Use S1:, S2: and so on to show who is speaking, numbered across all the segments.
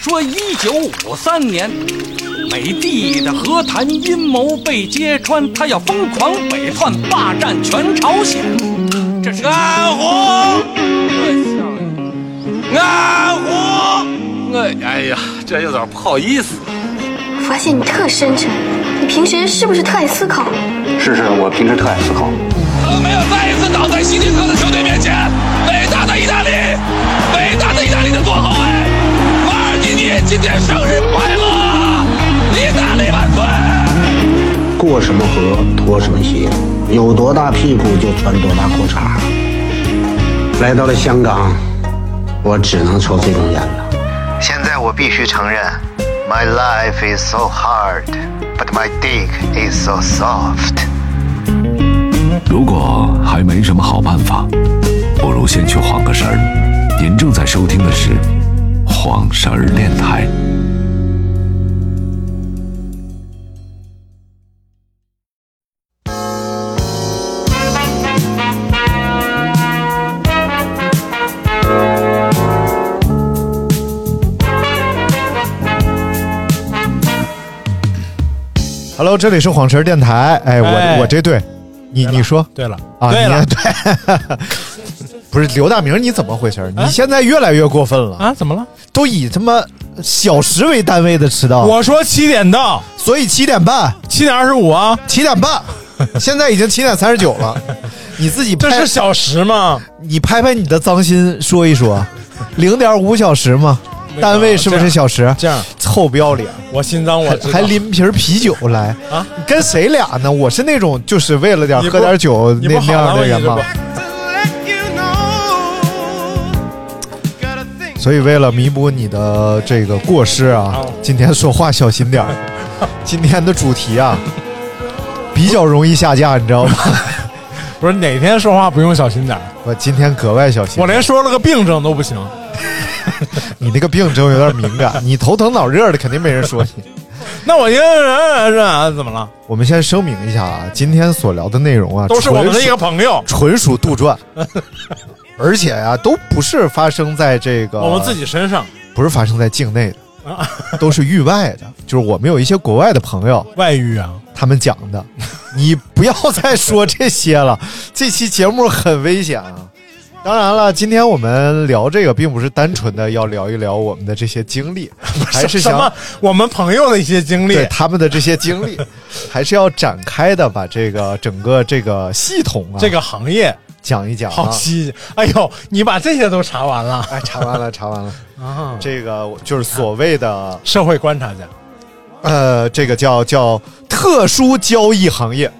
S1: 说一九五三年，美帝的和谈阴谋被揭穿，他要疯狂北窜，霸占全朝鲜。这是
S2: 安红，安红，哎哎呀，这有点不好意思。
S3: 我发现你特深沉，你平时是不是特爱思考？
S4: 是是，我平时特爱思考。
S2: 他们没有再一次倒在希特勒的球队面前。伟大的意大利，伟大的意大利的多后卫，马尔蒂尼今天生日快乐，意大利万岁！
S5: 过什么河，脱什么鞋，有多大屁股就穿多大裤衩儿。来到了香港，我只能抽这种烟了。
S6: 现在我必须承认，My life is so hard, but my dick is so soft。
S7: 如果还没什么好办法，不如先去晃个神儿。您正在收听的是《晃神儿电台》。
S8: Hello，这里是晃神儿电台。哎，我
S9: 哎
S8: 我这对，你你说
S9: 对了，
S8: 啊，
S9: 对了
S8: 你对， 不是刘大明，你怎么回事儿？你现在越来越过分了，
S9: 啊，怎么了？
S8: 都以他妈小时为单位的迟到，
S9: 我说七点到，
S8: 所以七点半，
S9: 七点二十五啊，
S8: 七点 半，现在已经七点三十九了。你自己
S9: 这
S8: 拍
S9: 是小时吗？
S8: 你拍拍你的脏心，说一说，零点五小时嘛，单位是不是小时？
S9: 啊这样，
S8: 臭不要脸，
S9: 我心脏我
S8: 还
S9: 知道
S8: 还拎瓶啤酒来
S9: 啊？
S8: 你跟谁俩呢？我是那种就是为了点
S9: 你不
S8: 喝点酒
S9: 你
S8: 那那
S9: 不好
S8: 样
S9: 了
S8: 的人
S9: 我
S8: 嘛
S9: 一直。
S8: 所以为了弥补你的这个过失啊
S9: 哦，
S8: 今天说话小心点儿。 今天的主题啊，比较容易下架，你知道吗？
S9: 不是哪天说话不用小心点儿，
S8: 我今天格外小心
S9: 我。连说了个病症都不行。
S8: 你那个病症有点敏感，你头疼脑热的肯定没人 说你。
S9: 那我这人这怎么了？
S8: 我们先声明一下啊，今天所聊的内容啊，
S9: 都是我们的一个
S8: 纯属
S9: 朋友，
S8: 纯属杜 撰，而且啊，都不是发生在这个
S9: 我们自己身上
S8: 不是发生在境内的，
S9: 啊，
S8: 都是域外的。 就是我们有一些国外的朋 友，
S9: 外遇啊，
S8: 他们讲的，你不要再说这些了， 这期节目很危险啊。当然了，今天我们聊这个，并不是单纯的要聊一聊我们的这些经 历，还是
S9: 什
S8: 想
S9: 么？我们朋友的一些经历
S8: 对他们的这些经 历，还是要展开的把这个整个这个系统啊，
S9: 这个行业
S8: 讲一讲、啊。
S9: 好稀。哎呦，你把这些都查完了
S8: 哎，查完了， 查完了。
S9: 啊！
S8: 这个就是所谓的
S9: 社会观察家，
S8: 呃，这个叫叫特殊交易行业。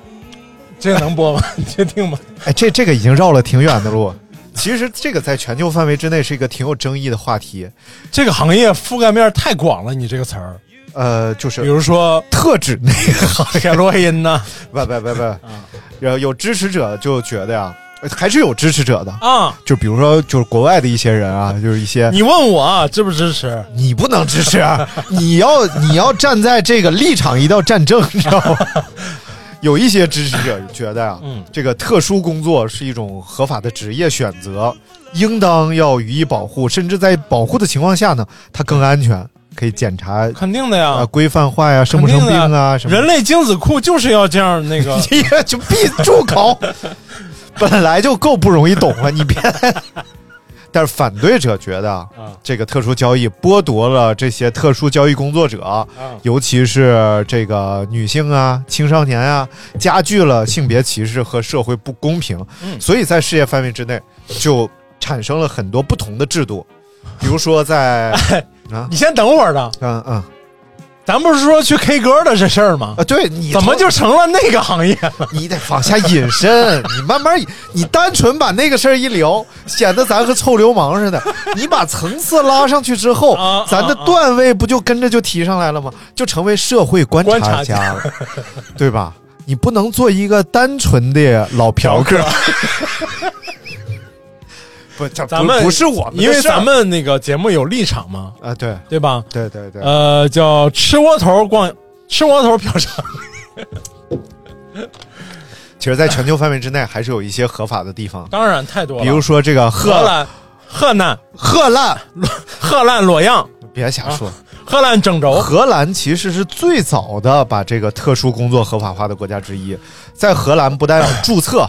S9: 这个能播 吗？你确定吗？
S8: 哎，这这个已经绕了挺远的路。其实这个在全球范围之内是一个挺有争议的话题。
S9: 这个行业覆盖面太广了，你这个词儿，
S8: 呃，就
S9: 比
S8: 是
S9: 如说
S8: 特指那个行业。
S9: 海洛因呐，
S8: 不不不不，有有支持者就觉得呀、还是有支持者的。
S9: 啊，
S8: 就比如说，就是国外的一些人啊，就是一些
S9: 你问我啊支不支持？
S8: 你不能支持，啊你要你要站在这个立场，一定要站正，你知道吗？有一些支持者觉得啊，
S9: 嗯
S8: 这个特殊工作是一种合法的职业选择，应当要予以保护，甚至在保护的情况下呢，它更安全，可以检查啊、
S9: 肯定的呀，
S8: 规范化呀、生
S9: 肯
S8: 不生
S9: 定
S8: 病
S9: 的呀
S8: 啊什么的。，
S9: 人类精子库就是要这样那个
S8: 你也就闭住口， 本来就够不容易懂了，你别。 但是反对者觉得啊
S9: 啊，
S8: 这个特殊交易剥夺了这些特殊交易工作者，尤其是这个女性啊、青少年啊，加剧了性别歧视和社会不公平。所以在世界范围之内，就产生了很多不同的制度，比如说在啊，
S9: 你先等会儿的，
S8: 嗯嗯
S9: 咱不是说去 K 歌的这事儿吗
S8: 啊，？对你
S9: 怎么
S8: 就？
S9: 就成了那个行业了？
S8: 你得往下引申，你慢慢，你单纯把那个事儿一聊，显得咱和臭流氓似的。你把层次拉上去之后
S9: 啊啊，
S8: 咱的段位不就跟着就提上来了吗？就成为社会观
S9: 观察
S8: 察
S9: 家
S8: 家了，对吧？你不能做一个单纯的老嫖客。 不，这不
S9: 咱们
S8: 不是我们的事儿，
S9: 因为咱们那个节目有立场嘛，
S8: 啊，对
S9: 对吧？
S8: 对对对，
S9: 呃，叫吃窝头逛，吃窝头嫖娼，
S8: 其实，在全球范围之内，还是有一些合法的地方，
S9: 当然太多了，
S8: 比如说这个
S9: 荷
S8: 荷
S9: 兰、河南、
S8: 荷兰
S9: 荷兰、洛阳，
S8: 别瞎说。
S9: 荷兰郑州，
S8: 荷兰其实是最早的把这个特殊工作合法化的国家之一，在荷兰不但要注册，
S9: 嗯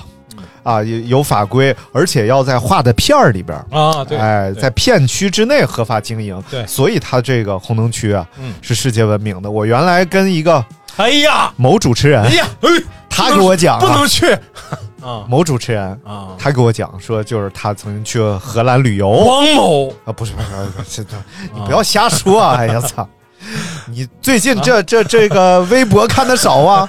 S8: 啊有有法规，而且要在画的片儿里边儿
S9: 啊对
S8: 哎，
S9: 对
S8: 在片区之内合法经营，
S9: 对
S8: 所以它这个红灯区啊，
S9: 嗯
S8: 是世界闻名的。我原来跟一个
S9: 哎呀，
S8: 某主持人，
S9: 哎呀，哎，
S8: 他给我讲啊
S9: 不能去啊
S8: 某主持人
S9: 啊
S8: 他给我讲说，就是他曾经去荷兰旅游，
S9: 王某
S8: 啊，不是不是不是，这你不要瞎说啊！哎呀操，你最近
S9: 啊
S8: 这这这个微博看的少啊？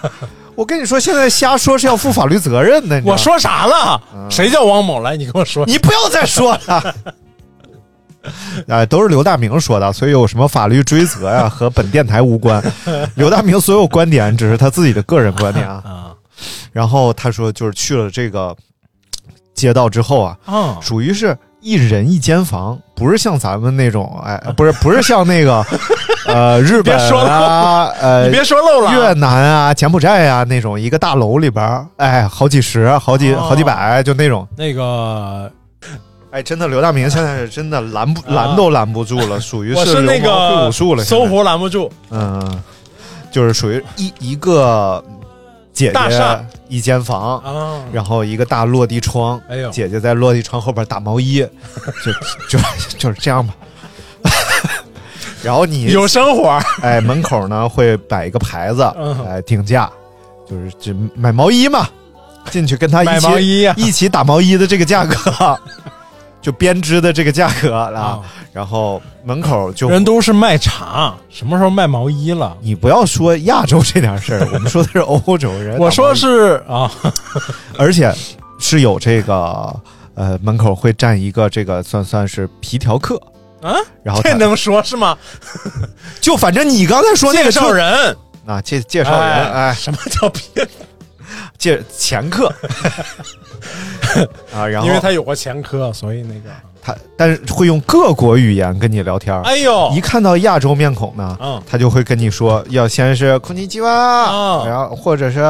S8: 我跟你说，现在瞎说是要负法律责任的。你知道吗
S9: 我说啥了？谁叫王某？来，你跟我说。
S8: 你不要再说了。哎，都是刘大明说的，所以有什么法律追责呀、和本电台无关。刘大明所有观点只是他自己的个人观点啊。
S9: 啊
S8: 然后他说，就是去了这个街道之后啊，
S9: 啊
S8: 属于是一人一间房，不是像咱们那种，哎，不是不是像那 个，呃，日本
S9: 啊别说
S8: 啊，呃，
S9: 你别说漏了啊
S8: 越南啊、柬埔寨啊那种一个大楼里边儿，哎，好几十、好几、
S9: 哦
S8: 好几百，就那种，
S9: 那个，
S8: 哎，真的，刘大明现在是真的拦不、拦都拦不住 了，属于
S9: 我
S8: 是
S9: 那
S8: 流氓会
S9: 个
S8: 武术了，
S9: 搜
S8: 现在
S9: 狐拦不住，
S8: 嗯，就是属于一一个姐
S9: 大厦
S8: 姐一间房
S9: 啊
S8: 然后一个大落地窗，
S9: 哎呦
S8: 姐姐在落地窗后边打毛衣，就就就是这样吧。 然后你
S9: 有生活儿
S8: 哎门口呢会摆一个牌子，
S9: 嗯
S8: 哎定价，就是这买毛衣嘛，进去跟他一
S9: 买
S8: 起
S9: 毛衣呀
S8: 一起打毛衣的这个价 格，就编织的这个价格啊
S9: 哦，
S8: 然后门口就
S9: 人都是卖茶，什么时候卖毛衣了？
S8: 你不要说亚洲这点事儿，我们说的是欧洲人。
S9: 我说是啊，
S8: 而且是有这个呃门口会站一个这个算算是皮条客，
S9: 啊，
S8: 然后他
S9: 这能说是吗？
S8: 就反正你刚才说那
S9: 介
S8: 个
S9: 绍
S8: 就
S9: 人，
S8: 啊介介绍人哎
S9: 什么叫别？
S8: 介前 客啊，然后
S9: 因为他有过前科，所以那个，
S8: 他但是会用各国语言跟你聊天儿。
S9: 哎呦
S8: 一，看到亚洲面孔呢，
S9: 嗯
S8: 他就会跟你说，要先是空尼基哇，
S9: 嗯
S8: 然后或者是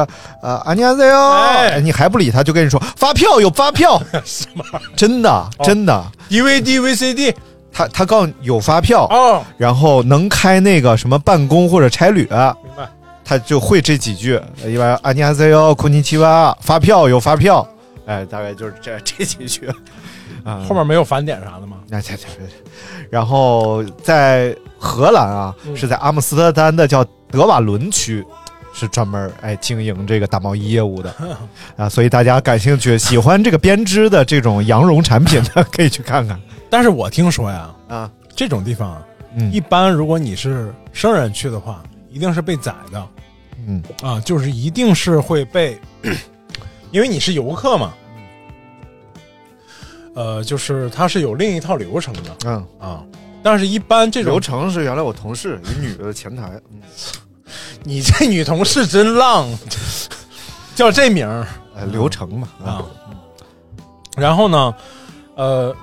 S8: 呃安尼亚塞哟，
S9: 哎
S8: 你还不理他，就跟你说发票有发票，
S9: 什么
S8: 真的
S9: 哦
S8: 真的，
S9: DVD、VCD
S8: 他他告诉你有发票，
S9: 哦，
S8: 然后能开那个什么办公或者差旅，
S9: 明白。
S8: 他就会这几句，呃一般安尼哈塞哟，库尼奇哇，发票有发票，哎，大概就是这这几 句啊。
S9: 后面没有返点啥的吗？
S8: 那这这，然后在荷兰啊，是在阿姆斯特丹的叫德瓦伦区。是专门儿哎经营这个打毛衣业务的啊，所以大家感兴趣、喜欢这个编织的这种羊绒产品的， 可以去看看
S9: 但是我听说呀，
S8: 啊。
S9: 这种地方
S8: 嗯
S9: 一般如果你是生人去的话，一定是被宰的
S8: 嗯，
S9: 啊，就是一定是会被， 因为你是游客嘛。呃，就是它是有另一套流程的
S8: 嗯，
S9: 啊，但是一般这种
S8: 流程是原来我同事一女的前台，嗯
S9: 你这女同事真浪， 叫这名儿
S8: 呃，流程嘛
S9: 啊。然后呢，呃，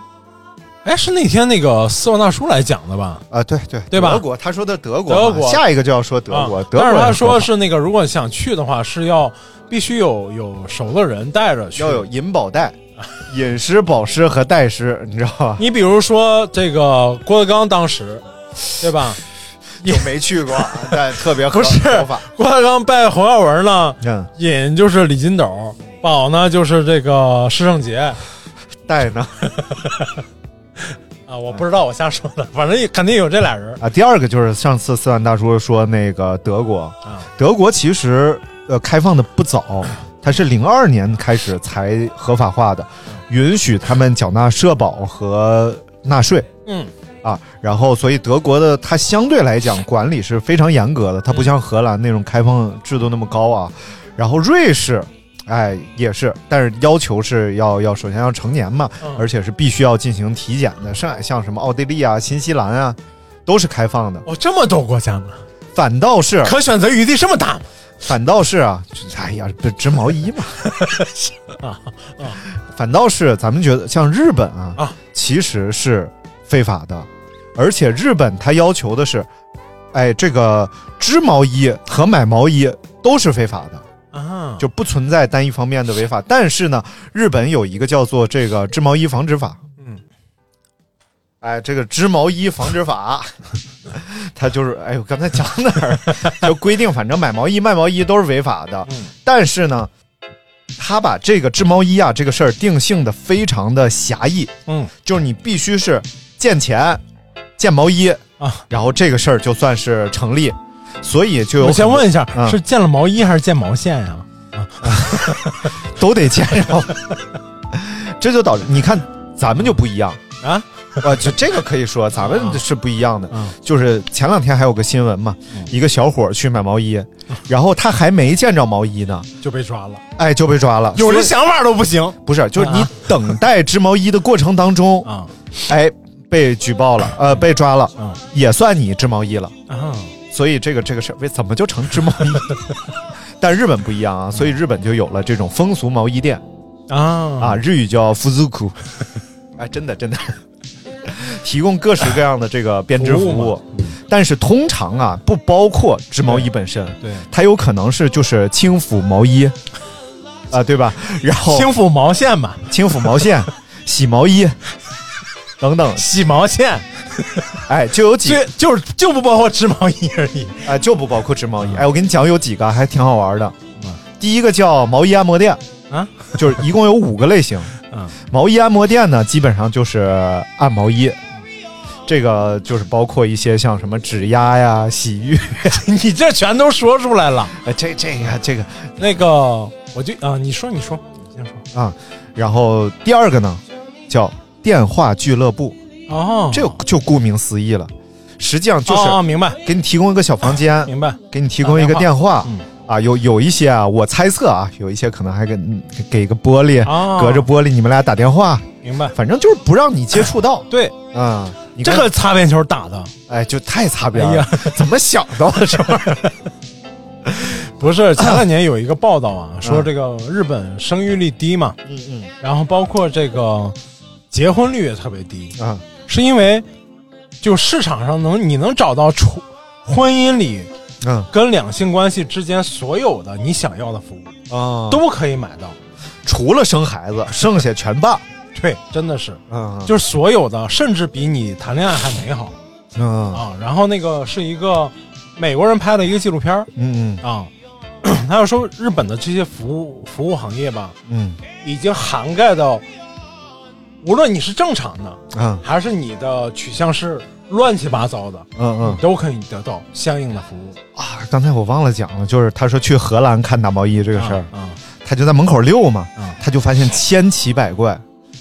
S9: 哎，是那天那个四万大叔来讲的吧？
S8: 啊，对对
S9: 对吧
S8: 德国，他说的德国嘛，
S9: 德国
S8: 下一个就要说德国，
S9: 啊
S8: 德国
S9: 但
S8: 人
S9: 是他
S8: 说
S9: 说是那个，如果想去的话，是要必须有有熟的人带着去。
S8: 要有银保带、饮食保湿和带湿，你知道吧？
S9: 你比如说这个郭德纲当时，对吧？
S8: 就没去 过，但特别合
S9: 不是
S8: 合法
S9: 郭德纲拜侯耀文呢，
S8: 嗯，
S9: 尹就是李金斗，宝呢就是这个施圣杰
S8: 带呢
S9: 啊，我不知道我瞎说的，反正肯定有这俩人
S8: 啊。第二个就是上次四万大叔说那个德国，
S9: 啊。
S8: 德国其实呃开放的不早，它是零二年开始才合法化的，允许他们缴纳社保和纳税。
S9: 嗯，
S8: 啊，然后所以德国的它相对来讲管理是非常严格的，它不像荷兰那种开放制度那么高啊。然后瑞士，哎也是，但是要求是要要首先要成年嘛
S9: 嗯，
S8: 而且是必须要进行体检的。上海像什么奥地利啊、新西兰啊，都是开放的。
S9: 哦，这么多国家呢，
S8: 反倒是啊
S9: 可选择余地这么大吗？
S8: 反倒是啊，就哎呀，不织毛衣嘛。
S9: 啊
S8: 反倒是咱们觉得像日本啊，
S9: 啊
S8: 其实是非法的，而且日本它要求的是，哎，这个织毛衣和买毛衣都是非法的，
S9: 啊，
S8: 就不存在单一方面的违法。但是呢，日本有一个叫做这个织毛衣防止法，
S9: 嗯，
S8: 哎，这个织毛衣防止法， 他就是，哎呦，刚才讲哪儿？就规定，反正买毛衣、卖毛衣都是违法的。但是呢，他把这个织毛衣啊这个事儿定性的非常的狭义，
S9: 嗯
S8: 就是你必须是见钱、见毛衣，
S9: 啊，
S8: 然后这个事儿就算是成立。所以就有
S9: 我
S8: 很多，
S9: 先问一下，
S8: 嗯
S9: 是见了毛衣还是见毛线呀、
S8: 都得见着， 这就导致你看咱们就不一 样。
S9: 啊？
S8: 啊，就这个可以说，咱们是不一样的。
S9: 嗯
S8: 就是前两天还有个新闻嘛，一个小伙儿去买毛衣，
S9: 嗯
S8: 然后他还没见着毛衣呢，
S9: 就被抓了，
S8: 哎，就被抓了。所以
S9: 想法都不行
S8: 不是，就是你
S9: 啊
S8: 等待织毛衣的过程当中，
S9: 啊
S8: 哎，被举报 了，呃，被抓了，
S9: 嗯
S8: 也算你织毛衣了。
S9: 啊！
S8: 所以这个这个事儿，为怎么就成织毛 衣？但日本不一样啊，所以日本就有了这种风俗毛衣店。
S9: 啊
S8: 啊，日语叫 “fuzuku”，哎， 真的真的， 提供各式各样的这个编织服
S9: 服务
S8: 务
S9: 嘛，嗯
S8: 但是通常啊不包括织毛衣本身，
S9: 对，
S8: 它有可能是就是轻抚毛衣，啊，对吧？然后
S9: 轻抚毛线吧，
S8: 轻抚毛 线、洗毛衣等等，
S9: 洗毛线，
S8: 哎，就有几
S9: 这就是就不包括织毛衣而已。
S8: 哎就不包括织
S9: 嗯
S8: 毛衣，哎，我跟你讲有几个还挺好玩的，第一个叫毛衣按摩店
S9: 啊，
S8: 就是一共有五个类型。
S9: 嗯
S8: 毛衣按摩店呢，基本上就是按毛衣，这个就是包括一些像什么指压呀、洗浴，
S9: 你这全都说出来了。
S8: 呃这这个这个
S9: 那个，我就啊，你说，你说，你先说。
S8: 啊。然后第二个呢，叫电话俱乐部，
S9: 哦，
S8: 这就顾名思义了，实际上就
S9: 哦哦
S8: 是
S9: 明白，
S8: 给你提供一个小房 间，
S9: 明白。
S8: 给你提供一个
S9: 打
S8: 电
S9: 电
S8: 话
S9: 嗯
S8: 啊，有有一些啊，我猜测啊，有一些可能还给嗯给个玻璃，
S9: 哦
S8: 隔着玻璃你们俩打电话，
S9: 明白。
S8: 反正就是不让你接触到
S9: 对，
S8: 啊。你
S9: 这
S8: 看
S9: 个擦边球打的
S8: 哎，就太擦边了，
S9: 哎呀
S8: 怎么想到 的这玩意儿？
S9: 不是前两年有一个报道啊，说这个日本生育率低嘛，嗯嗯，然后包括这个结婚率也特别低，
S8: 啊，
S9: 是因为就市场上能你能找到除婚姻里
S8: 嗯
S9: 跟两性关系之间所有的你想要的服务
S8: 啊，
S9: 都可以买到，
S8: 除了生孩子，剩下全办。
S9: 对，真的是，
S8: 嗯
S9: 就是所有的，甚至比你谈恋爱还美好
S8: 嗯
S9: 啊。然后那个是一个美国人拍的一个纪录片儿
S8: 嗯
S9: 啊， 他要说日本的这些服务服务行业吧，
S8: 嗯
S9: 已经涵盖到，无论你是正常的，
S8: 嗯啊
S9: 还是你的取向是乱七八糟的，
S8: 嗯嗯
S9: 都可以得到相应的服务。
S8: 啊！刚才我忘了讲了，就是他说去荷兰看大毛衣这个事儿，
S9: 啊，
S8: 他就在门口溜嘛
S9: 啊，
S8: 他就发现千奇百怪，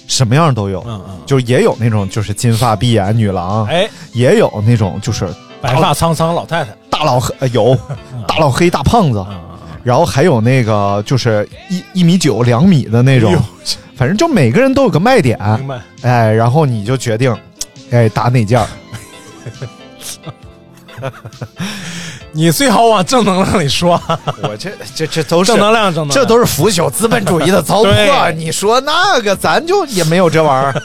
S8: 什么样都有。
S9: 嗯嗯，
S8: 就是也有那种就是金发碧眼女郎，
S9: 哎，
S8: 也有那种就是
S9: 白发苍苍老太太，
S8: 大老黑、呃 有大老黑大胖子，
S9: 啊，
S8: 然后还有那个就是一一米九两米的那种
S9: 哎呦，
S8: 反正就每个人都有个卖点。
S9: 明白？
S8: 哎，然后你就决定，哎，打哪件儿？
S9: 你最好往正能量里说，
S8: 我这这这都
S9: 正能量，正能量，
S8: 这都是腐朽资本主义的糟粕。
S9: 啊对
S8: 你说那个，咱就也没有这玩意儿。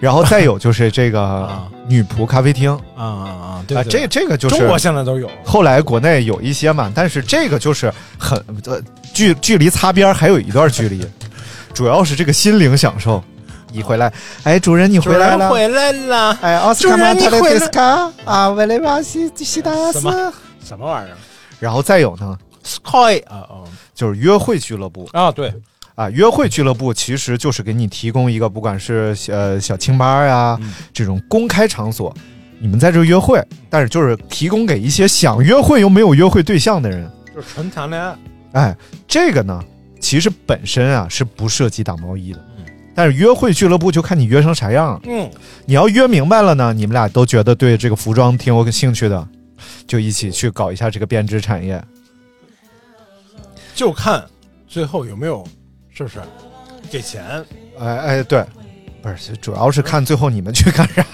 S8: 然后再有就是这个
S9: 啊
S8: 女仆咖啡厅
S9: 啊啊啊！对
S8: 啊，
S9: 对
S8: 这这个就是
S9: 中国现在都有，
S8: 后来国内有一些嘛，但是这个就是很呃距距离擦边儿还有一段距离，主要是这个心灵享受。一回来，哎，主人你回来了，
S9: 来了，
S8: 哎，奥斯卡
S9: 主
S8: 马
S9: 人
S8: 特
S9: 你
S8: 雷
S9: 回
S8: 菲
S9: 来
S8: 斯卡啊，维雷巴西西达斯
S9: 什么。什么玩意儿
S8: 然后再有呢，
S9: ？Sky 啊哦
S8: 就是约会俱乐部
S9: 啊，对，
S8: 啊，约会俱乐部其实就是给你提供一个，不管是呃小清吧呀、这种公开场所，你们在这约会，但是就是提供给一些想约会又没有约会对象的人。
S9: 就是纯谈恋爱，
S8: 哎，这个呢，其实本身啊是不涉及打毛衣的
S9: 嗯，
S8: 但是约会俱乐部就看你约成啥样了。
S9: 嗯，
S8: 你要约明白了呢，你们俩都觉得对这个服装挺有兴趣的，就一起去搞一下这个编织产业。
S9: 就看最后有没有，是不是给钱？
S8: 哎哎，对，不是，主要是看最后你们去干啥。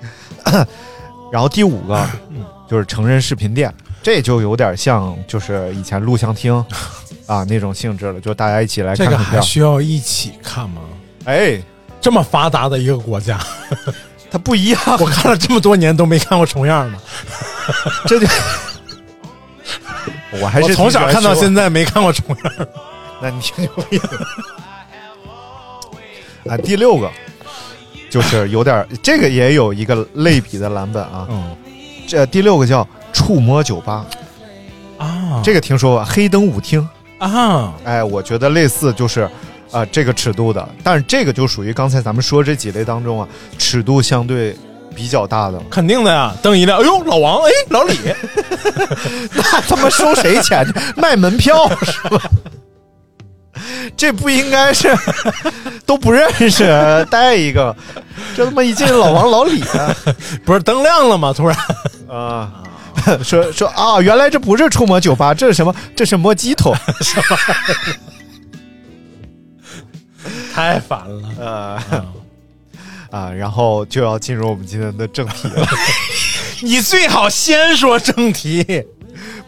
S8: 然后第五个
S9: 嗯
S8: 就是成人视频店，这就有点像就是以前录像 厅啊那种性质了，就大家一起来
S9: 这
S8: 看
S9: 个
S8: 看
S9: 还
S8: 票。
S9: 需要一起看吗？
S8: 哎，
S9: 这么发达的一个国 家，
S8: 它不一样，
S9: 我看了这么多年都没看过重样的，
S8: 这就 我还
S9: 我
S8: 是
S9: 从小看到
S8: 在。
S9: 现在没看过重样的。
S8: 那你挺牛逼的。啊，第六个就是有点儿这个也有一个类比的蓝本啊。
S9: 嗯
S8: 这第六个叫触摸酒吧，
S9: 啊
S8: 这个听说过，黑灯舞厅。
S9: 啊，。
S8: 哎，我觉得类似就是，啊、这个尺度的，但是这个就属于刚才咱们说这几类当中啊，尺度相对比较大的了
S9: 肯定的呀。灯一亮，哎呦，老王，哎，老 李，
S8: 那他妈收谁钱？卖门票是吧？这不应该是都不认识带一个，这他妈一进老王老李啊！
S9: 不是灯亮了吗？突然，
S8: 啊说说啊，原来这不是触摸酒吧，这是什么？这是摸鸡头。
S9: 太烦了。
S8: 呃，啊，然后就要进入我们今天的正题了。
S9: 你最好先说正题，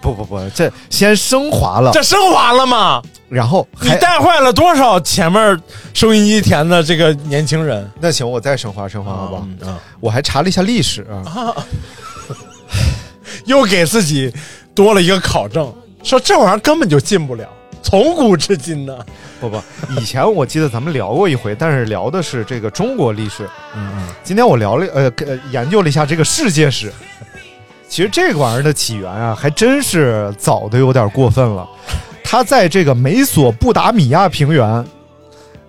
S8: 不不不，这先升华了，
S9: 这升华了吗？
S8: 然后
S9: 你
S8: 还
S9: 带坏了多少前面收音机前的这个年轻人？
S8: 那行，我再升华升华好不好？
S9: 嗯啊
S8: 我还查了一下历史啊，
S9: 又给自己多了一个考证，说这玩意儿根本就进不了，从古至今呢。
S8: 不不，以前我记得咱们聊过一回，但是聊的是这个中国历史。
S9: 嗯
S8: 今天我聊了呃呃研究了一下这个世界史。其实这个玩意儿的起源啊，还真是早的有点过分了。它在这个美索不达米亚平原，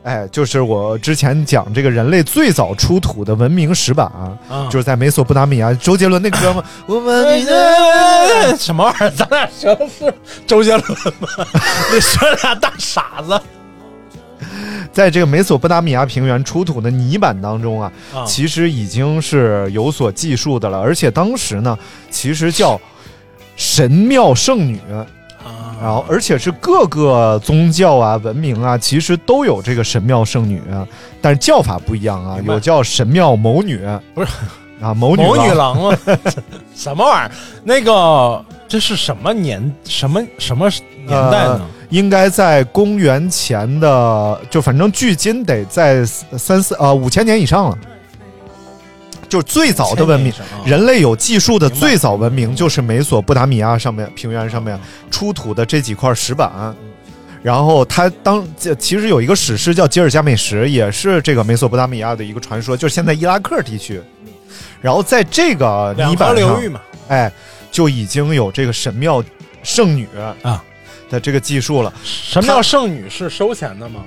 S8: 哎，就是我之前讲这个人类最早出土的文明石板啊，
S9: 啊
S8: 就是在美索不达米亚。周杰伦那歌嘛， 我们
S9: 嗯，什么玩意儿？咱俩学的是周杰伦 吗？你说俩大傻子
S8: 在这个美索不达米亚平原出土的泥板当中啊，
S9: 啊
S8: 其实已经是有所记述的了，而且当时呢，其实叫神庙圣女，然
S9: 啊
S8: 后而且是各个宗教啊、文明啊，其实都有这个神庙圣女，啊但是叫法不一样啊，
S9: 明白
S8: 有叫神庙某女，
S9: 不是
S8: 啊，某女
S9: 某女
S8: 郎
S9: 郎吗？ 什么玩意儿？那个这是什么年什么什么
S8: 呃
S9: 年代呢？
S8: 应该在公元前的，就反正距今得在三四呃五千年以上了。就是最早的文明
S9: 5000年以上啊，
S8: 人类有技术的
S9: 白
S8: 最早文明就是美索不达米亚上面平原上
S9: 啊
S8: 面出土的这几块石板。嗯然后它当其实有一个史诗叫《吉尔加美什》，也是这个美索不达米亚的一个传说，就是现在伊拉克地区。然后在这个
S9: 两
S8: 泥
S9: 河
S8: 板
S9: 流
S8: 上
S9: 域，嘛，
S8: 哎，就已经有这个神庙圣女
S9: 啊
S8: 的这个技术了。
S9: 什么叫圣女是收钱的吗？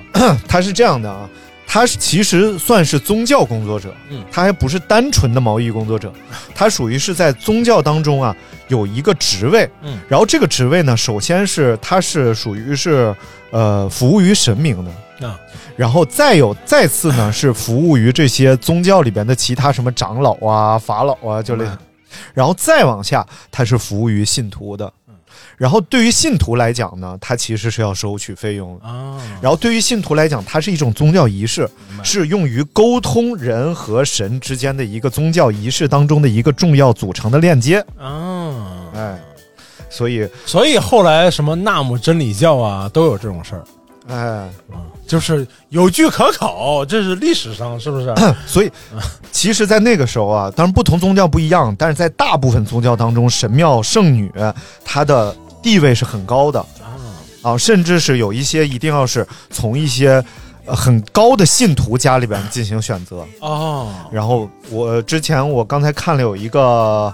S8: 他是这样的啊，他是其实算是宗教工作者，
S9: 嗯
S8: 他还不是单纯的毛衣工作者，他属于是在宗教当中啊有一个职位，
S9: 嗯
S8: 然后这个职位呢，首先是他是属于是呃服务于神明的。
S9: 啊
S8: 然后再有再次呢，是服务于这些宗教里边的其他什么长老啊、法老啊这类
S9: 明白，
S8: 然后再往下，它是服务于信徒的。
S9: 嗯
S8: 然后对于信徒来讲呢，它其实是要收取费用的。
S9: 啊，
S8: 然后对于信徒来讲，它是一种宗教仪式，是用于沟通人和神之间的一个宗教仪式当中的一个重要组成的链接。
S9: 啊，
S8: 哎，所以，
S9: 所以后来什么纳姆真理教啊，都有这种事儿，
S8: 哎，
S9: 就是有据可考，这是历史上是不 啊是？
S8: 所以，其实，在那个时候啊，当然不同宗教不一样，但是在大部分宗教当中，神庙圣女她的地位是很高的啊，甚至是有一些一定要是从一些呃很高的信徒家里边进行选择。
S9: 哦，
S8: 然后我之前我刚才看了有一个，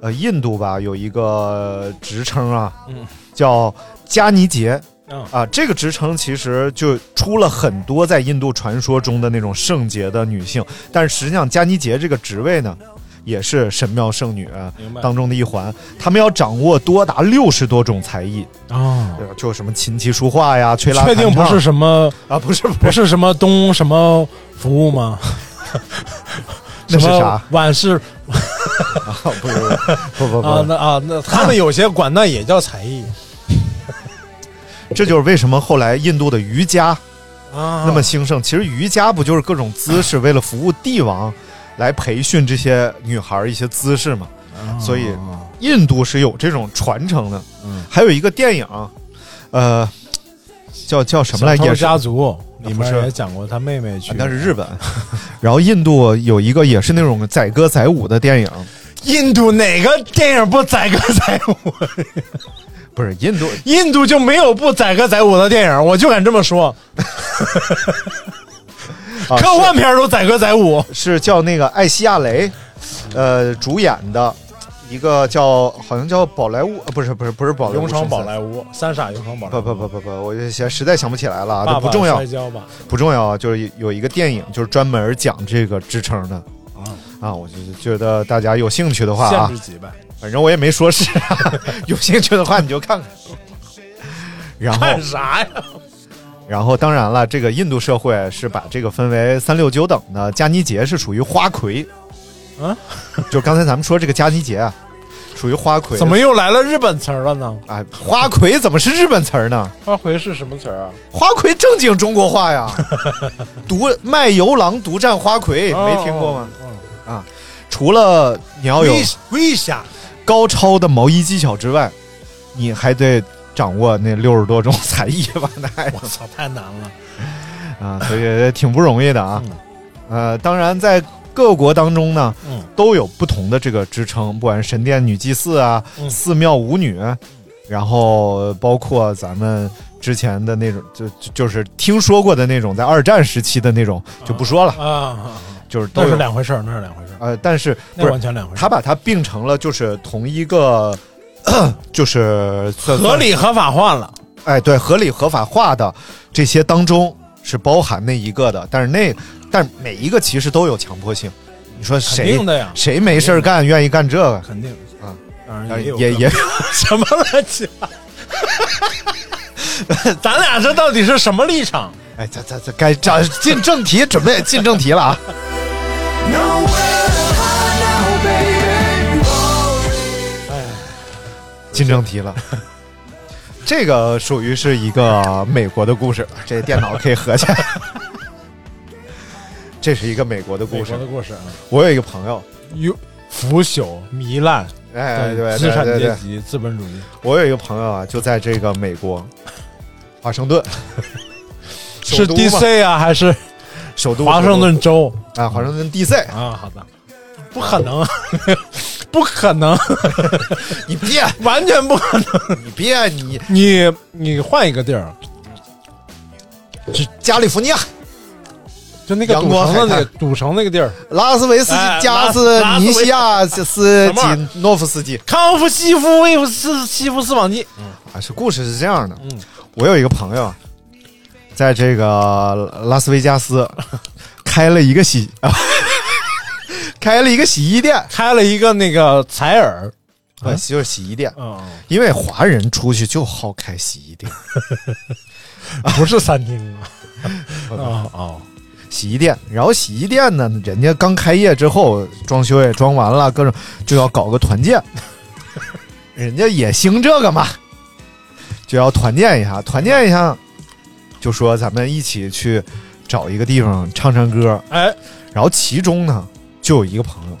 S8: 呃，印度吧有一个职称啊，
S9: 嗯
S8: 叫加尼杰
S9: 嗯
S8: 啊，这个职称其实就出了很多在印度传说中的那种圣洁的女性，但是实际上加尼杰这个职位呢，也是神庙圣女呃
S9: 明白
S8: 当中的一环，她们要掌握多达六十多种才艺，
S9: 哦，
S8: 对吧就什么琴棋书画呀、吹拉
S9: 确
S8: 弹
S9: 定不
S8: 唱
S9: 是 什么
S8: 啊，不是不
S9: 不是什么东什么服务吗？
S8: 那是
S9: 什么
S8: 啥？
S9: 晚市
S8: 是不是不不不
S9: 啊，那啊那他们有些管那也叫才艺
S8: 这就是为什么后来印度的瑜伽。
S9: 啊
S8: 那么兴盛。其实瑜伽不就是各种姿势，为了服务帝王，来培训这些女孩儿一些姿势嘛？所以
S9: 哦
S8: 印度是有这种传承的。
S9: 嗯
S8: 还有一个电影，呃，叫叫什么来？
S9: 小
S8: 也
S9: 偷
S8: 是
S9: 家族里
S8: 不
S9: 面
S8: 是啊
S9: 也讲过他妹妹去，
S8: 那是日本。 然后印度有一个也是那种载歌载舞的电影，
S9: 印度哪个电影不载歌载舞？
S8: 不是印度。
S9: 印度就 啊没有不载歌载舞的电影，我就敢这么说。
S8: 啊
S9: 科幻片儿都载歌载舞，
S8: 是叫那个艾希亚雷，呃，主演的一个叫好像叫宝莱坞，呃，不是不是不是宝莱坞，
S9: 勇闯
S8: 是
S9: 宝莱坞，三傻勇闯宝莱
S8: 不
S9: 坞，
S8: 不不不不，我就现实在想不起来了啊，
S9: 爸
S8: 这
S9: 爸
S8: 不重要
S9: 摔，跤吧，
S8: 不重要啊，就是有一个电影就是专门讲这个支撑的。啊，我就觉得大家有兴趣的话
S9: 限
S8: 啊
S9: 制，级呗，
S8: 反正我也没说是、 有兴趣的话你就看看。然后
S9: 看啥呀？
S8: 然后，当然了，这个印度社会是把这个分为三六九等的。加尼节是属于花魁，
S9: 啊，
S8: 就刚才咱们说这个加尼节啊，属于花魁。
S9: 怎么又来了日本词儿了呢？
S8: 啊？花魁怎么是日本词儿呢？
S9: 花魁是什么词儿啊？
S8: 花魁正经中国话 呀，独卖油郎独占花魁，没听过吗？
S9: 哦？
S8: 除了你要有
S9: 为为啥？
S8: 高超的毛衣技巧之外，你还得掌握那六十多种才艺吧？那 还
S9: 我操，太难了！
S8: 啊，所以挺不容易的啊。呃，当然在各国当中呢，
S9: 嗯
S8: 都有不同的这个支撑，不管是神殿女祭祀啊、
S9: 嗯
S8: 寺庙舞女，然后包括咱们之前的那种，就就就是听说过的那种，在二战时期的那种就不说了，
S9: 啊，
S8: 就是都
S9: 那是
S8: 有。
S9: 两回事儿，那是两回事儿，
S8: 呃，但是不
S9: 那
S8: 是
S9: 完全两回事
S8: 他
S9: 儿。
S8: 把它并成了，就是同一个，就是算
S9: 合，理合法化了，
S8: 算哎，对，合理合法化的这些当中是包含那一个的，但是那但是每一个其实都有强迫性。你说
S9: 肯
S8: 谁
S9: 定的呀，
S8: 谁没事儿干愿意干这个？
S9: 肯定
S8: 啊。
S9: 当
S8: 呃
S9: 然也有
S8: 也也
S9: 什么乱七八，咱俩这到底是什么立场？
S8: 哎，咱咱咱该这进正题，准备进正题了啊！进正题 了，这个属于是一个美国的故事， 这电脑可以合起来。 这是一个美国的
S9: 美
S8: 故事
S9: 国的。故事啊，
S8: 我有一个朋友，
S9: 有腐朽、糜烂，
S8: 哎，对
S9: 资
S8: 对
S9: 产
S8: 对
S9: 阶
S8: 对，
S9: 级、资本主义，
S8: 我有一个朋友啊，就在这个美国华盛顿，
S9: 是
S8: 首都嘛
S9: DC 啊，还是
S8: 首都
S9: 华盛顿州
S8: 啊，华盛顿 DC，
S9: 啊？好的，不可能， 不可能，
S8: 你别
S9: 完全不可能。
S8: 你别你
S9: 你你换一个地儿，
S8: 加利福尼亚、
S9: 就那个
S8: 阳
S9: 赌
S8: 光
S9: 城的那
S8: 海
S9: 个赌城那个地儿，
S8: 拉斯维斯
S9: 哎
S8: 基加斯尼西亚斯基诺夫斯基
S9: 康夫西夫维夫斯西夫斯网记，
S8: 啊，是故事是这样的。
S9: 嗯
S8: 我有一个朋友，在这个拉斯维加斯开了一个洗，啊、开了一个洗衣店，
S9: 开了一个那个采耳，
S8: 啊、就是洗衣店，
S9: 嗯，
S8: 因为华人出去就好开洗衣店，
S9: 不是餐厅啊，哦哦，
S8: 洗衣店。然后洗衣店呢，人家刚开业之后，装修也装完了，各种就要搞个团建，人家也兴这个嘛，就要团建一下，团建一下，就说咱们一起去找一个地方唱唱歌。
S9: 哎，
S8: 然后其中呢，就有一个朋友，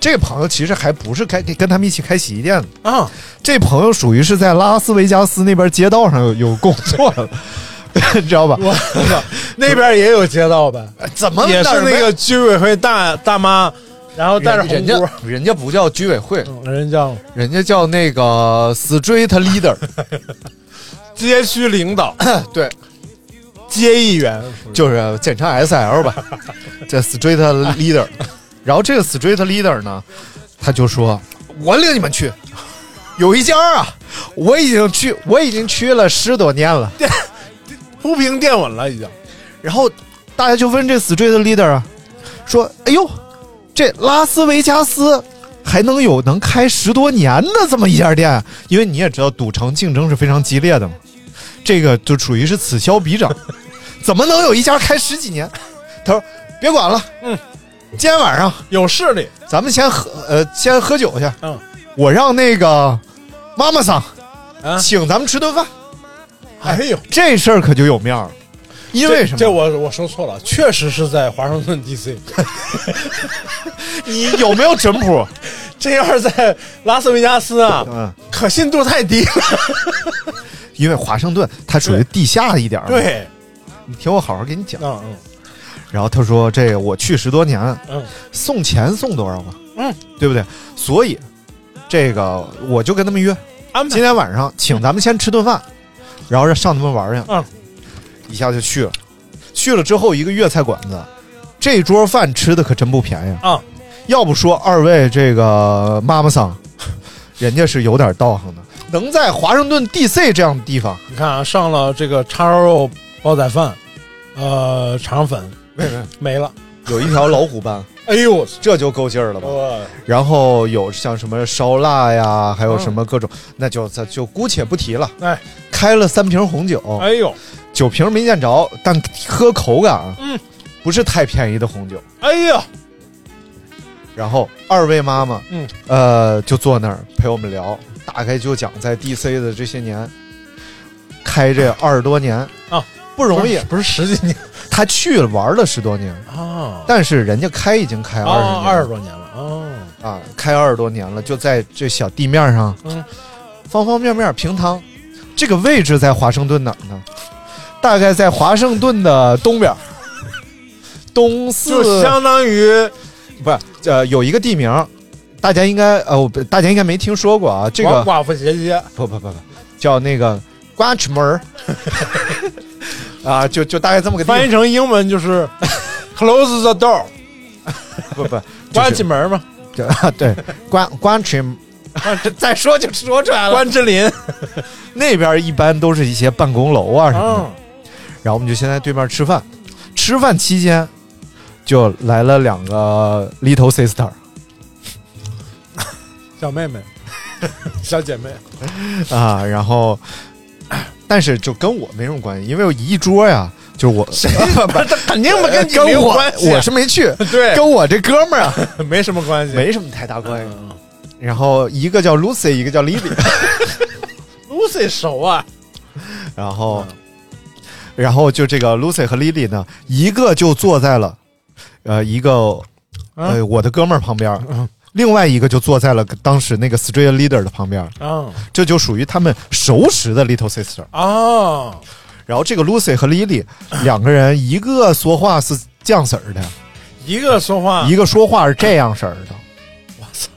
S8: 这个朋友其实还不是开跟他们一起开洗衣店的，
S9: 啊，
S8: 这朋友属于是在拉斯维加斯那边街道上有有工作的。 你知道吧？
S9: 我操，那边也有街道呗，
S8: 怎么
S9: 也
S8: 哪
S9: 是
S8: 儿没
S9: 那个居委会大大妈，然后带着红
S8: 人家
S9: 箍，
S8: 人家不叫居委会，
S9: 嗯人家
S8: 人家叫那个 street leader，
S9: 街区领导、
S8: 对，
S9: 街议员，
S8: 就是简称 SL 吧，这 street leader。然后这个 street leader 呢，他就说：“我领你们去，有一家啊，我已经去，我已经去了十多年了。
S9: 铺平垫稳了已经。”
S8: 然后大家就问这 street leader 啊，说：“哎呦，这拉斯维加斯。”还能有能开十多年的这么一家店，啊因为你也知道赌城竞争是非常激烈的嘛，这个就属于是此消彼长， 怎么能有一家开十几年？他说：“别管了，
S9: 嗯，
S8: 今天晚上
S9: 有势力，
S8: 咱们先喝，呃，先喝酒去。
S9: 嗯，
S8: 我让那个妈妈桑
S9: 啊
S8: 请咱们吃顿饭，
S9: 哎呦，
S8: 这事儿可就有面儿了。因为什么？
S9: 这这我我说错了，确实是在华盛顿 DC。
S8: 你有没有整谱？
S9: 这要是在拉斯维加斯啊，
S8: 嗯，
S9: 可信度太低了。
S8: 因为华盛顿它属于地下一点儿。，
S9: 对，
S8: 你听我好好给你讲。
S9: 嗯
S8: 然后他说：“这我去十多年，
S9: 嗯
S8: 送钱送多少吧？
S9: 嗯，
S8: 对不对？所以这个我就跟他们约，
S9: 嗯，安排
S8: 今天晚上请咱们先吃顿饭，然后上他们玩儿去。
S9: 嗯，
S8: 一下就去了，去了之后一个粤菜馆子，这桌饭吃的可真不便宜
S9: 啊！
S8: 要不说二位这个妈妈桑，人家是有点道行的，能在华盛顿 D.C. 这样的地方，
S9: 你看啊，上了这个叉烧肉煲仔饭，呃，肠粉
S8: 喂喂，
S9: 没了。
S8: 有一条老虎斑，
S9: 哎呦我操！
S8: 这就够劲儿了吧？然后有像什么烧腊呀，还有什么各种，那就咱就姑且不提了。
S9: 哎，
S8: 开了三瓶红酒，
S9: 哎呦，
S8: 酒瓶没见着，但喝口感啊，
S9: 嗯，
S8: 不是太便宜的红酒。
S9: 哎呀，
S8: 然后二位妈妈，
S9: 嗯，
S8: 呃，就坐那儿陪我们聊，大概就讲在 DC 的这些年，开这二十多年
S9: 啊，
S8: 不容易。
S9: 不是十几年
S8: 他去了玩了十多年，
S9: 啊，
S8: 但是人家开已经开二十
S9: 啊
S8: 年，
S9: 二十多年了哦，
S8: 啊，开二十多年了，就在这小地面上，
S9: 嗯
S8: 方方面面平摊。这个位置在华盛顿哪儿呢？大概在华盛顿的东边儿，东四
S9: 就相当于
S8: 不是呃有一个地名，大家应该呃我不大家应该没听说过啊，这个
S9: 寡妇斜街，
S8: 不不不不叫那个瓜曲门儿 啊，就就大概这么个地
S9: 翻
S8: 方
S9: 译，成英文就是 close the door，
S8: 不 不
S9: 关起门嘛，
S8: 就是 对瓜瓜曲，再说就说出来了。
S9: 关之琳。
S8: 那边一般都是一些办公楼啊什么的，
S9: 嗯，
S8: 然后我们就先在对面吃饭。吃饭期间，就来了两个 little sister
S9: 小妹妹， 小姐妹，
S8: 啊，然后， 但是就跟我没什么关系，因为我一桌呀，就是我谁 肯定
S9: 不跟你没
S8: 跟
S9: 有
S8: 我
S9: 关系啊
S8: 我是没去，
S9: 对
S8: 跟我这哥们儿啊
S9: 没什么关系。嗯
S8: 没什么太大关系。然后一个叫 Lucy，一个叫 Lily，
S9: Lucy 熟啊，
S8: 然后，然后就这个 Lucy 和 Lily 呢，一个就坐在了，呃，一个
S9: 啊
S8: 呃我的哥们儿旁边儿，
S9: 嗯
S8: 另外一个就坐在了当时那个 Street Leader 的旁边儿，
S9: 嗯
S8: 这就属于他们熟识的 Little Sister。
S9: 哦，
S8: 然后这个 Lucy 和 Lily 两个人，一个说话是这样式儿的，
S9: 一个说话，
S8: 一个说话是这样式儿的。我操！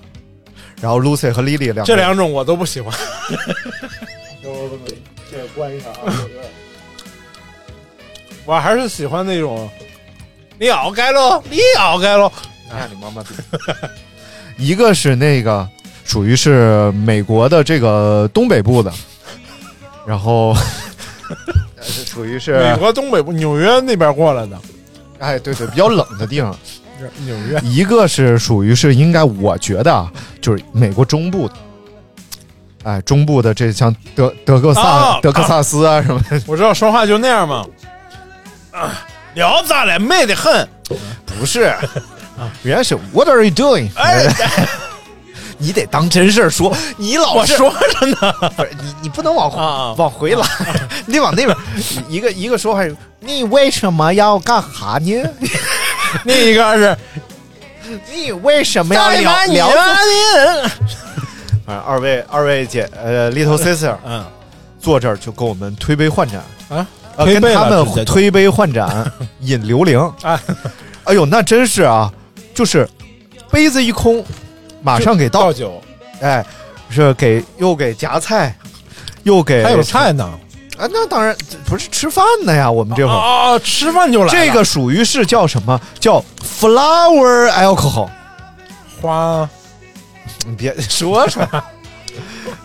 S8: 然后 Lucy 和 Lily 两个
S9: 这两种我都不喜欢。这 关一下啊，我还是喜欢那种，你熬该喽，你熬该喽，
S8: 那你妈妈逼！ 一个是那个属于是美国的这个东北部的，然 后属于
S9: 美
S8: 是
S9: 国东北部纽约那边过来的，
S8: 哎对对比较冷的地方，
S9: 纽约
S8: 一个是属于是应该我觉得啊，就是美国中部的。哎，中部的这像德德克萨、
S9: 啊
S8: 德克萨斯啊什么的，
S9: 我知道说话就那样嘛。啊聊咱俩美得很，
S8: 不是，人家是 What are you doing？
S9: 哎，
S8: 你得当真事儿说，你老
S9: 我
S8: 是
S9: 说着呢。
S8: 不是你，你不能往回、
S9: 啊啊
S8: 往回 拉，你得往那边。一个一个说话，你为什么要干哈呢？
S9: 另一个是
S8: 你为什 么要
S9: 大
S8: 聊
S9: 妈，你
S8: 聊？
S9: 妈的，
S8: 反正啊二位二位姐呃，little sister
S9: 嗯
S8: 坐这儿就跟我们推杯换盏，
S9: 啊，
S8: 呃，
S9: 推
S8: 跟
S9: 背
S8: 他
S9: 了
S8: 们
S9: 直接
S8: 推杯换盏，饮刘伶。
S9: 啊，
S8: 哎呦，那真是啊，就是杯子一空，马上给倒
S9: 倒，酒，
S8: 哎，是给又给夹菜，又给
S9: 还有菜呢。
S8: 啊，那当然不是吃饭的呀，我们这会儿。
S9: 哦，吃饭就来了
S8: 这个属于是叫什么？叫 flower alcohol。
S9: 花
S8: 你别说出 来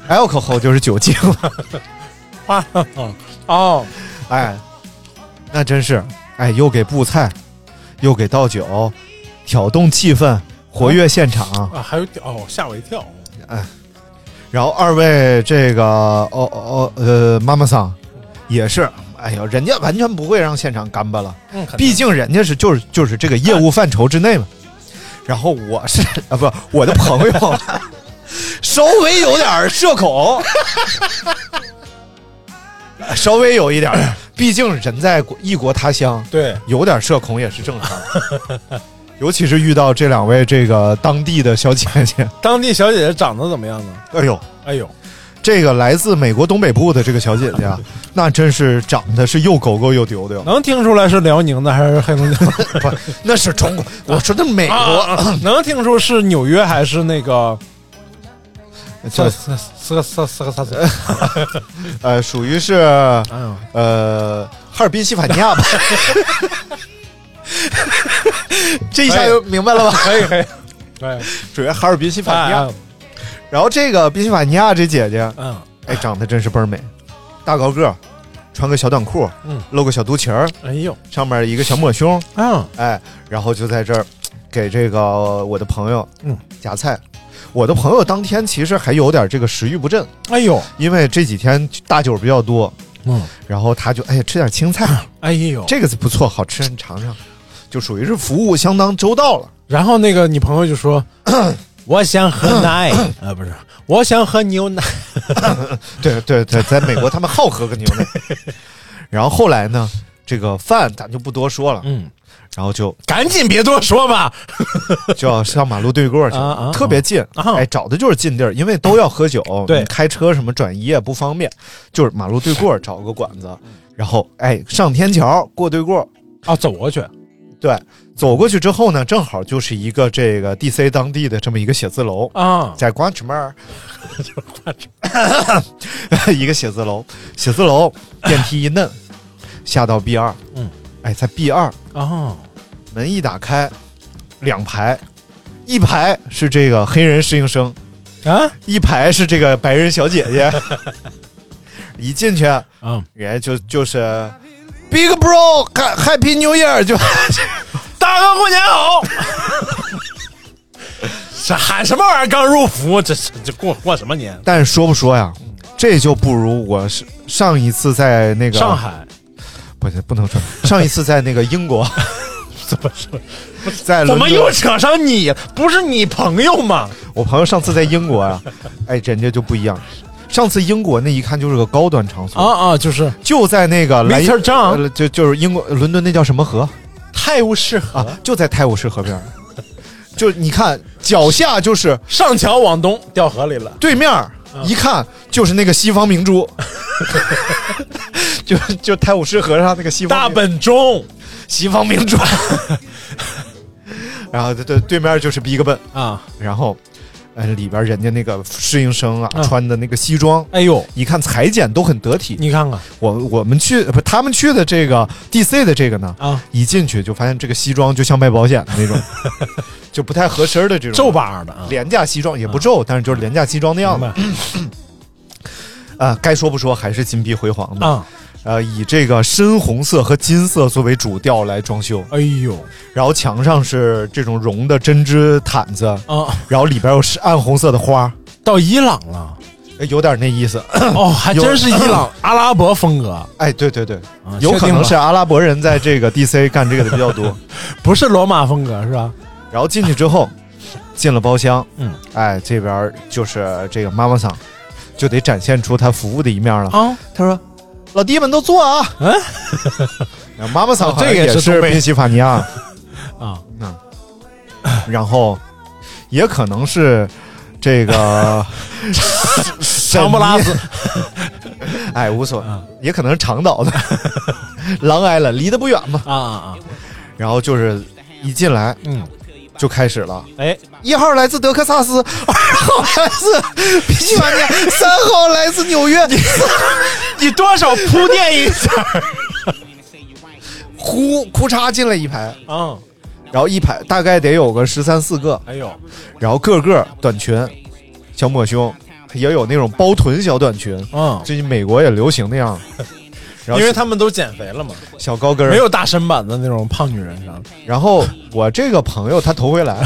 S8: ，alcohol 就是酒精了。
S9: 花，嗯哦，
S8: 哎，那真是，哎，又给布菜，又给倒酒，挑动气氛，活跃现场。
S9: 啊，还有点哦，吓我一跳。
S8: 然后二位这个哦哦呃妈妈桑也是，哎呦，人家完全不会让现场干巴了。
S9: 嗯，
S8: 毕竟人家是就是就是这个业务范畴之内嘛。然后我是啊不，我的朋友稍微有点儿社恐， 稍微有一点儿，毕竟人在国异国他乡，
S9: 对，
S8: 有点社恐也是正常 的。尤其是遇到这两位这个当地的小姐姐，
S9: 当地小姐姐长得怎么样呢？
S8: 哎呦，
S9: 哎呦，
S8: 这个来自美国东北部的这个小姐姐啊，那真是长得是又狗狗又丢丢，
S9: 能听出来是辽宁的还是黑龙江的？
S8: 不，那是中国， 我说的美国，
S9: 啊，能听出是纽约还是那个
S8: 就
S9: 四四四四四个四个？
S8: 呃，属于是
S9: 哎呦，
S8: 呃哈尔滨西法尼亚吧。这一下就明白了吧？
S9: 可以可以，对，
S8: 属于哈尔滨新法尼
S9: 哎
S8: 亚
S9: 哎。
S8: 然后这个宾夕法尼亚这姐姐，
S9: 嗯，
S8: 哎，长得真是倍儿美，大高个儿，穿个小短裤，
S9: 嗯
S8: 露个小肚脐儿，
S9: 哎呦，
S8: 上面一个小抹胸，
S9: 嗯，
S8: 哎，然后就在这儿给这个我的朋友，
S9: 嗯，
S8: 夹菜。我的朋友当天其实还有点这个食欲不振，
S9: 哎呦，
S8: 因为这几天大酒比较多，
S9: 嗯，
S8: 然后他就哎吃点青菜，
S9: 哎呦，
S8: 这个不错，好吃，你尝尝，就属于是服务相当周到了。
S9: 然后那个你朋友就说，我想喝奶，啊，不是，我想喝牛奶，
S8: 对对对，在美国他们好喝个牛奶。然后后来呢，这个饭咱就不多说了，
S9: 嗯，
S8: 然后就
S9: 赶紧别多说吧，
S8: 就要上马路对过去，
S9: 啊啊啊
S8: 特别近，
S9: 啊
S8: 哎，找的就是近地儿，因为都要喝酒，
S9: 对
S8: 你开车什么转移也不方便，就是马路对过儿找个馆子，然后哎上天桥过对过儿，
S9: 啊，走过去，
S8: 对，走过去之后呢，正好就是一个这个 DC 当地的这么一个写字楼，
S9: 啊，
S8: 在关城门儿， 一个写字楼，写字楼电梯一摁，下到 B 二，
S9: 嗯，
S8: 哎，在 B 二
S9: 啊，
S8: 门一打开，两排，一排是这个黑人适应生，
S9: 啊，
S8: 一排是这个白人小姐 姐，一进去，
S9: 啊，
S8: 人家就就是 Big Bro Ha- Happy New Year 就。
S9: 大哥过年好。这喊什么玩意儿？刚入伏，这这这过过什么年？
S8: 但是说不说呀，这就不如我是上一次在那个
S9: 上海
S8: 不是不能说，上一次在那个英 国，
S9: 怎么说？
S8: 在
S9: 怎
S8: 伦
S9: 么
S8: 敦
S9: 又扯上你？不是你朋友吗？
S8: 我朋友上次在英国啊，哎，人家就不一样。上次英国那一看就是个高端场所，
S9: 啊啊，就是
S8: 就在那个莱
S9: Mr. John
S8: 呃就就是英国伦敦那叫什么河
S9: 泰晤士河、
S8: 啊？就在泰晤士河边儿。就你看脚下就是
S9: 上桥往东掉河里了。
S8: 对面儿，一看就是那个西方明珠，就 就泰晤士河上那个西方
S9: 大
S8: 明
S9: 本钟
S8: 西方明珠。然后对对对面就是 Big Ben，
S9: 啊，
S8: 然后，呃，里边人家那个适应生啊，
S9: 嗯
S8: 穿的那个西装，
S9: 哎呦，
S8: 一看裁剪都很得体。
S9: 你看看
S8: 我我们去呃不，他们去的这个 DC 的这个呢，
S9: 啊，
S8: 一进去就发现这个西装就像卖保险的那 种，就不太合身的这种
S9: 皱巴儿的啊，
S8: 廉价西装，也不皱，但是就是廉价西装那样
S9: 明
S8: 子。
S9: 白
S8: 啊、呃该说不说，还是金碧辉煌的。
S9: 啊？
S8: 呃，以这个深红色和金色作为主调来装修，
S9: 哎呦
S8: 然后墙上是这种绒的针织毯子，
S9: 啊，
S8: 然后里边有是暗红色的花。
S9: 到伊朗 了
S8: 呃有点那意思。
S9: 哦，还真是伊朗阿拉伯风格，
S8: 哎，对对对，
S9: 啊
S8: 有可能是阿拉伯人在这个 DC 干这个的比较 多。
S9: 不是罗马风格是吧？
S8: 然后进去之后，进了包厢，
S9: 嗯，
S8: 哎，这边就是这个妈妈桑，就得展现出她服务的一面了。
S9: 啊，
S8: 她说：“老弟们都坐啊。”
S9: 嗯，
S8: 妈妈桑
S9: 哦
S8: 好像
S9: 这个也
S8: 也
S9: 是
S8: 是
S9: 东北
S8: 宾夕法尼亚
S9: 啊，
S8: 嗯，然后也可能是这 个
S9: 长
S8: 长
S9: 布拉斯，
S8: 哎，无所谓，也可能是长岛的， 狼挨了，离得不远嘛。
S9: 啊啊 啊，
S8: 然后就是一进来
S9: 嗯，
S8: 就开始了，
S9: 哎，
S8: 一号来自德克萨斯， 二号来 自宾夕法尼亚， 三号来自纽约，
S9: 你多少铺垫一下
S8: 呼哭嚓进来一排，
S9: 啊？
S8: 然后一排大概得有个十三四个，
S9: 哎呦，
S8: 然后个个短裙、小抹胸，也有那种包臀小短裙，
S9: 嗯，
S8: 最近美国也流行那样，然后
S9: 因为他们都减肥了嘛，
S8: 小高跟儿
S9: 没有大身板的那种胖女人啥的。
S8: 然后哦我这个朋友他头回来，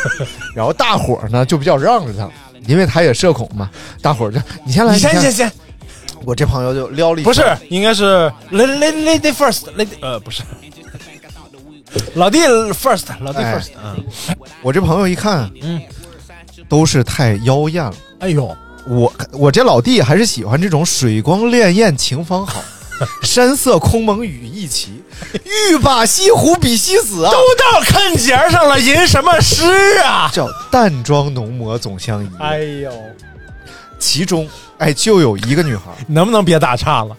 S8: 然后大伙儿呢就比较让着他，因为他也社恐嘛。大伙儿就你先来，
S9: 你先
S8: 来
S9: 先先，
S8: 我这朋友就撩了一下，
S9: 不是，应该是 lady lady lady first lady，呃，不是，老弟 first，老弟
S8: 哎
S9: first，嗯，
S8: 我这朋友一看，
S9: 嗯，
S8: 都是太妖艳了。
S9: 哎呦，
S8: 我我这老弟还是喜欢这种水光潋滟晴方 好，山色空蒙雨亦奇，欲把西湖比西子啊
S9: 都，到坎节上了，吟什么诗啊？
S8: 叫淡妆浓抹总相宜。
S9: 哎呦，
S8: 其中哎就有一个女孩，
S9: 能不能别打岔了？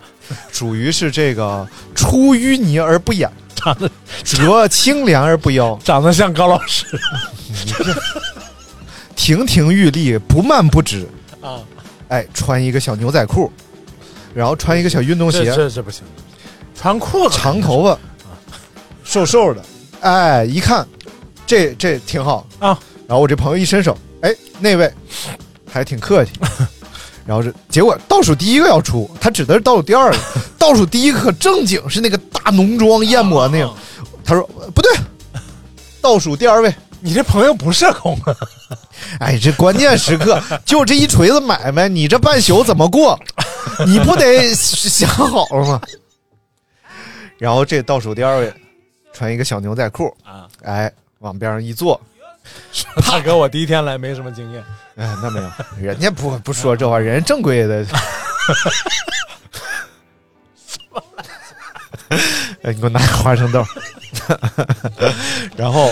S8: 属于是这个出淤泥而不染。
S9: 长得
S8: 折清凉而不妖，
S9: 长得像高老师
S8: 亭亭玉立，不慢不直。
S9: 啊，
S8: 哎，穿一个小牛仔裤，然后穿一个小运动
S9: 这
S8: 鞋，
S9: 这啊这不行，啊穿裤子
S8: 长头发，瘦瘦的。哎，一看这这挺好
S9: 啊。
S8: 然后我这朋友一伸手，哎，那位还挺客 气。然后这结果倒数第一个要出，他指的是倒数第 二个，倒数第一个可正经是那个大浓妆艳抹那
S9: 啊
S8: 个。他说不对，倒数第二位。
S9: 你这朋友不社恐啊？
S8: 哎，这关键时刻就这一锤子买卖，你这半宿怎么过？你不得想好了吗？ 然后这倒数第二位，穿一个小牛仔裤
S9: 啊，
S8: 哎，往边上一坐，
S9: 大哥，我第一天来没什么经验，
S8: 哎，那没有，人家不不说这话，人家正规的。 哎，你给我拿个花生豆， 然后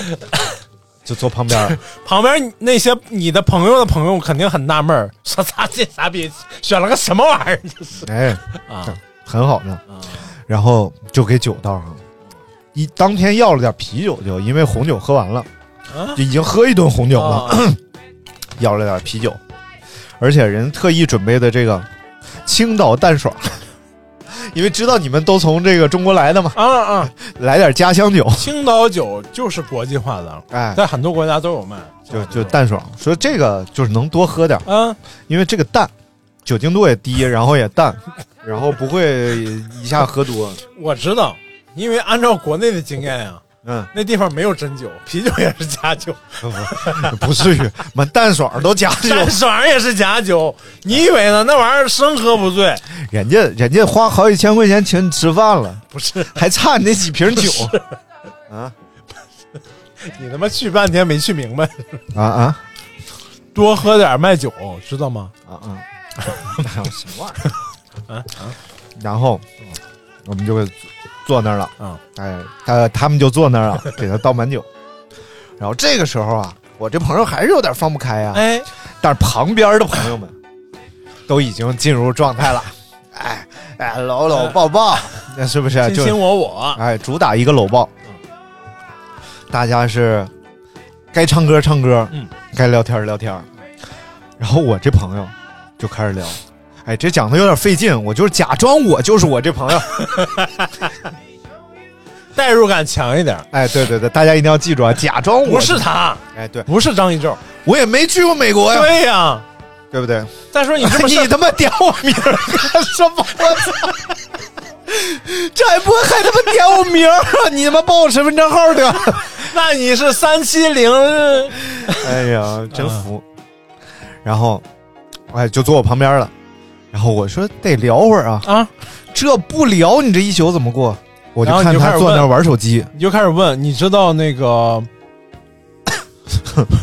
S8: 就坐旁边儿。
S9: 旁边那些你的朋友的朋友肯定很纳闷儿，说他这傻逼选了个什么玩意儿？这是
S8: 哎，
S9: 啊，
S8: 很好呢。然后就给酒倒上了，一当天要了点啤酒就，因为红酒喝完了，就已经喝一顿红酒了，
S9: 哦
S8: 要了点啤酒，而且人特意准备的这个青岛淡爽， 因为知道你们都从这个中国来的嘛，
S9: 啊啊！
S8: 来点家乡酒，
S9: 青岛酒就是国际化的，
S8: 哎，
S9: 在很多国家都有卖，
S8: 就就淡爽，说这个就是能多喝点，
S9: 啊，
S8: 因为这个淡，酒精度也低，然后也淡，然后不会一下喝多，
S9: 我知道，因为按照国内的经验呀、
S8: 嗯。
S9: 那地方没有真酒，啤酒也是 假酒，
S8: 不至于，满淡爽都加酒，
S9: 淡爽也是假酒。
S8: 哎
S9: 你以为呢？那玩意儿生喝不醉，
S8: 人家人家花好几千块钱请你吃饭了，
S9: 不是？
S8: 还差你那几瓶酒
S9: 你他妈去半天没去明白，
S8: 啊啊
S9: 多喝点卖酒，知道吗？
S8: 啊啊！ 什么玩意儿？啊然后我们就坐那儿了，
S9: 啊，
S8: 哎，他他们就坐那儿 了，给他倒满酒。然后这个时候啊，我这朋友还是有点放不开啊，
S9: 哎，
S8: 但是旁边的朋友们都已经进入状态了，哎哎，搂搂抱 抱，那是啊不是
S9: 卿
S8: 就
S9: 卿我我，
S8: 哎，主打一个搂抱，大家是该唱歌唱歌，
S9: 嗯，
S8: 该聊天聊天。然后我这朋友就开始聊，哎，这讲的有点费劲，我就是假装我就是我这朋友，
S9: 代入感强一点。
S8: 哎，对对对，大家一定要记住啊，假装我
S9: 不是，他，
S8: 哎，对
S9: 不是张一宙，
S8: 我也没去过美国呀，
S9: 对呀、
S8: 对不对？
S9: 再说你这 么
S8: 你他妈点我名儿干什么？我操！这还不还他妈点我名儿啊？你他妈报我身份证号啊得了。
S9: 那你是三七零，呃
S8: 哎呀，真服！然后，哎，就坐我旁边了。然后我说得聊会儿啊，
S9: 啊，
S8: 这不聊你这一宿怎么过？我就
S9: 然后
S8: 看
S9: 你就
S8: 他
S9: 开始
S8: 坐那儿
S9: 问
S8: 玩手机，
S9: 你就开始问，你知道 那个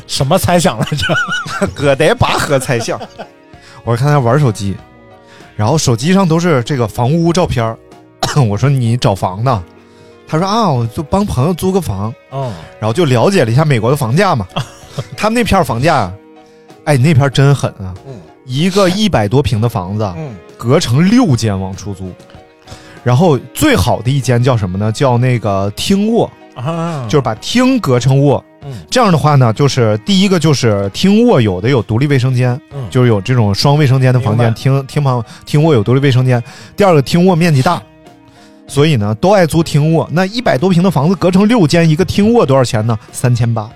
S9: 什么猜想来着？
S8: 葛得拔河猜相。 我看他玩手机，然后手机上都是这个房屋照片儿 我说你找房呢？他说啊，我就帮朋友租个房。
S9: 嗯，
S8: 然后就了解了一下美国的房价 嘛，他们那片儿房价，哎，那片儿真狠啊！
S9: 嗯
S8: 一 个一百多平的房子，
S9: 嗯
S8: 隔成六间往出租，然后最好的一间叫什么呢？叫那个厅卧，
S9: 啊，
S8: 就是把厅隔成卧。
S9: 嗯
S8: 这样的话呢，就是第一个就是厅卧有的有独立卫生间，
S9: 嗯
S8: 就是有这种双卫生间的房
S9: 明
S8: 间，
S9: 白
S8: 厅厅旁厅卧有独立卫生间。第二个厅卧面积大，所以呢都爱租厅卧。那一百多平的房子隔成六间，一个厅卧多少钱呢？三千八。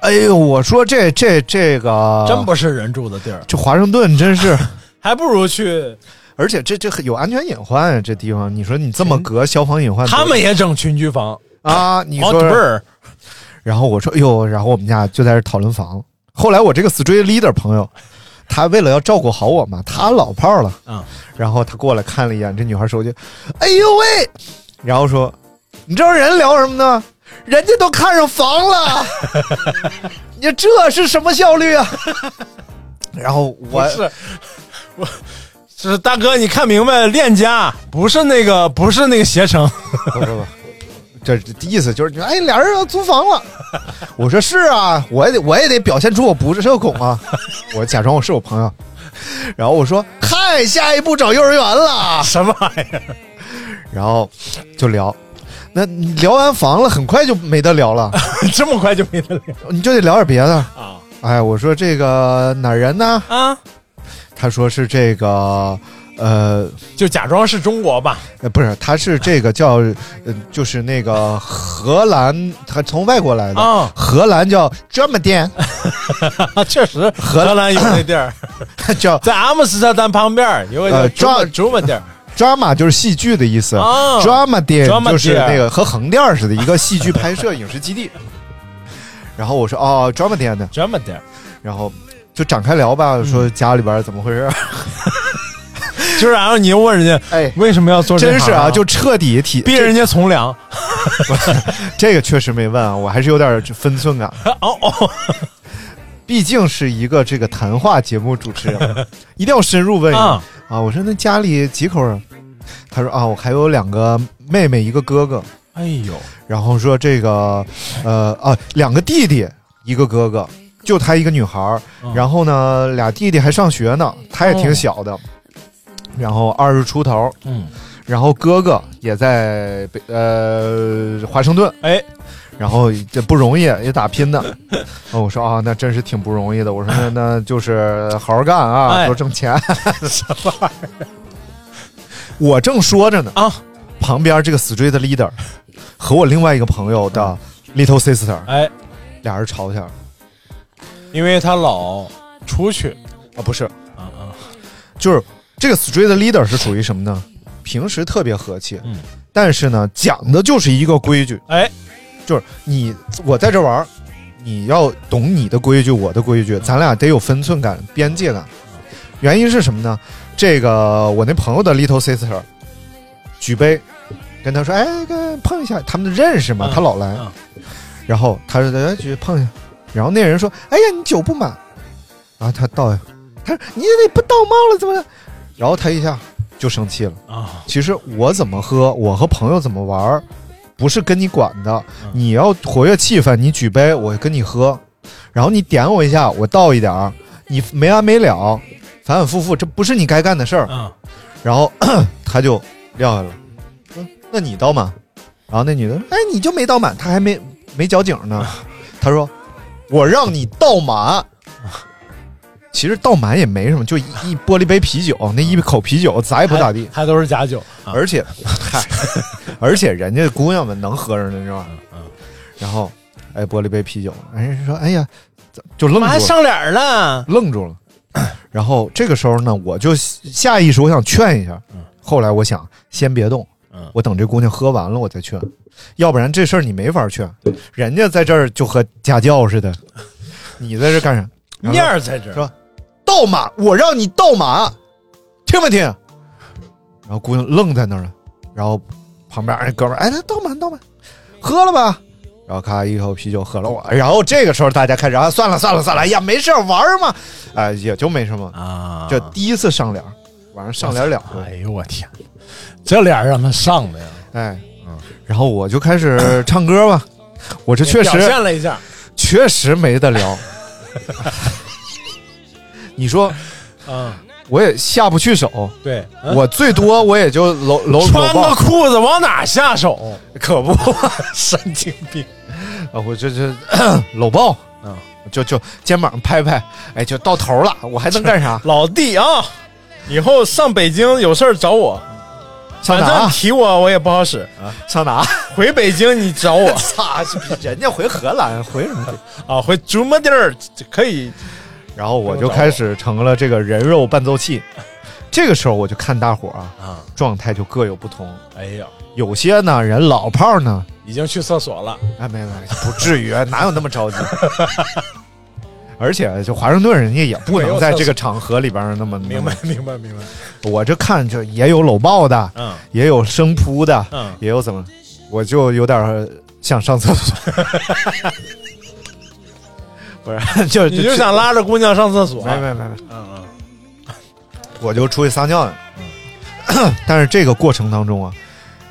S8: 哎呦，我说这这这个
S9: 真不是人住的地儿，
S8: 这华盛顿真是。
S9: 还不如去。
S8: 而且这这很有安全隐患啊，这地方，你说你这么隔消防隐患多大，
S9: 他们也整群居房，哦
S8: 啊，你
S9: 好倍
S8: 说，
S9: 儿，
S8: 然后我说，哎呦，然后我们家就在这讨论房。后来我这个 street leader 朋友，他为了要照顾好我嘛，他老炮了，
S9: 嗯，
S8: 然后他过来看了一眼这女孩手机，哎呦喂，然后说，你知道人聊什么呢？人家都看上房了，你这是什么效率啊？然后
S9: 不
S8: 我
S9: 是我。 是大哥，你看明白，链家不是那个，不是那个携程，
S8: 不不不，这这意思就是你说，哎，俩人要租房了。 我说是啊，我也得我也得表现出我不是社恐啊， 我假装我是我朋友。然后我说，嗨，下一步找幼儿园了。
S9: 什么玩意儿？
S8: 然后就聊，那你聊完房了，很快就没得聊了，
S9: 这么快就没得聊
S8: 你就得聊点别的。
S9: 啊
S8: 哎，我说这个哪儿人呢？
S9: 啊？
S8: 他说是这个呃
S9: 就假装是中国吧，
S8: 呃，不是，他是这个叫，呃，就是那个荷兰，他从外国来的，
S9: 啊
S8: 荷兰叫 German，
S9: 确实荷兰有那地 儿，
S8: 叫
S9: 在阿姆斯特丹旁边儿有个
S8: 呃
S9: 叫
S8: 抓
S9: 竹马 地儿，
S8: drama 就是戏剧的意思、
S9: 啊
S8: d r a m a d e
S9: Drama
S8: 就是
S9: 店
S8: 那个和横店儿似的一个戏剧拍摄影视基地。 然后我说哦，drama 店的，
S9: 这么地儿
S8: 然后就展开聊吧，
S9: 嗯
S8: 说家里边儿怎么回事儿，
S9: 就是然后你又问人家，
S8: 哎
S9: 为什么要 做这
S8: 真
S9: 行
S8: 是啊，就彻底体
S9: 逼人家从良，
S8: 这个确实没问啊，我还是有点儿分寸感。
S9: 哦哦，
S8: 毕竟是一个这个谈话节目主持 人，一定要深入问一下
S9: 啊
S8: 啊我说那家里几口人？他说啊，我还有两个妹妹，一个哥哥。
S9: 哎呦，
S8: 然后说这个，呃啊，两个弟弟，一个哥哥，就他一个女孩儿。
S9: 嗯
S8: 然后呢，俩弟弟还上学呢，他也挺小的，然后二十出头。
S9: 嗯，
S8: 然后哥哥也在北呃华盛顿，
S9: 哎，
S8: 然后这不容易，也打拼的。哦，我说啊，那真是挺不容易的。我说那那就是好好干啊，
S9: 哎
S8: 多挣钱。什么玩意儿？我正说着呢，
S9: 啊，
S8: 旁边这个 street leader 和我另外一个朋友的 little sister
S9: 哎，
S8: 俩人吵起来了。
S9: 因为他老出去，
S8: 啊，不是，
S9: 啊啊，
S8: 就是这个 street leader 是属于什么呢？平时特别和气，
S9: 嗯
S8: 但是呢，讲的就是一个规矩，
S9: 哎，
S8: 就是你我在这玩儿，你要懂你的规矩，我的规矩，咱俩得有分寸感、边界感。原因是什么呢？这个我那朋友的 little sister 举杯，跟他说：“哎，跟碰一下。”他们认识嘛，
S9: 嗯
S8: 他老来
S9: 嗯。
S8: 然后他说：“哎，举碰一下。”然后那人说：“哎呀，你酒不满。”然后他倒呀，他说：“你也得不倒冒了，怎么的？”然后他一下就生气了。
S9: 啊，
S8: 其实我怎么喝，我和朋友怎么玩儿，不是跟你管的
S9: 嗯。
S8: 你要活跃气氛，你举杯，我跟你喝，然后你点我一下，我倒一点儿，你没完没了，反反复复，这不是你该干的事儿。
S9: 嗯，
S8: 然后 他就撂下了，嗯，那你倒满。然后那女的说，哎，你就没倒满，他还没没交警呢。
S9: 嗯
S8: 他说，我让你倒满。其实倒满也没什么，就一一玻璃杯啤酒，那一口啤酒咋也不咋地。
S9: 还都是假酒，啊
S8: 而且，嗨， 而且人家姑娘们能喝着呢，这玩
S9: 嗯
S8: 意儿。然后，哎，玻璃杯啤酒，哎，人家说，哎呀，就愣
S9: 怎么还
S8: 住了，
S9: 上脸儿了？
S8: 愣住了。 然后这个时候呢，我就下意识我想劝一下，后来我想先别动
S9: 嗯，
S8: 我等这姑娘喝完了我再劝，要不然这事儿你没法劝，人家在这儿就和家教似的，你在这干啥？然后
S9: 面儿在这
S8: 是
S9: 儿
S8: 吧，倒马，我让你倒马，听没听？然后姑娘愣在那儿了，然后旁边那哥们儿，哎，那倒满倒满，喝了吧。然后咔一口啤酒喝了我，然后这个时候大家开始啊，算了算了算了，哎呀，没事儿玩儿嘛，哎，也就没什么，
S9: 啊，
S8: 这第一次上脸儿，晚上上脸两回，
S9: 哎呦我天，这脸儿让他上的呀，
S8: 哎，
S9: 嗯
S8: 然后我就开始唱歌吧，我这 确实
S9: 表现了一下
S8: 确实没得 聊，你说
S9: 啊，
S8: 我也下不去手，
S9: 对，嗯
S8: 我最多我也就搂搂搂
S9: 穿个
S8: 抱，
S9: 裤子往哪下手？
S8: 可 不，
S9: 神经病！
S8: 啊我这这搂抱，
S9: 嗯，？
S8: 就就肩膀拍拍，哎，就到头了，我还能干啥
S9: 老弟啊，以后上北京有事儿找我，
S8: 上
S9: 反
S8: 哪
S9: 正
S8: 啊？
S9: 提我我也不好使啊。
S8: 上哪啊？
S9: 回北京你找我
S8: 操，人家回荷兰，回什么？
S9: 啊，回竹木地儿可以
S8: 然后我就开始成了这个人肉伴奏器。这个时候我就看大伙儿啊，
S9: 啊。
S8: 状态就各有不同。
S9: 哎呀，
S8: 有些呢，人老炮儿呢，
S9: 已经去厕所了，
S8: 哎，没没，不至于，啊哪有那么着急？ 而且，就华盛顿人家也不能在这个场合里边儿那么
S9: 明白明白明白。
S8: 我这看这也有搂抱的，
S9: 嗯
S8: 也有生扑的，
S9: 嗯
S8: 也有怎么，我就有点儿想上厕所， 不是， 就
S9: 呃你就想，拉着姑娘上厕所？
S8: 没没没没，
S9: 嗯嗯 嗯
S8: 我就出去撒尿去。 但是这个过程当中啊，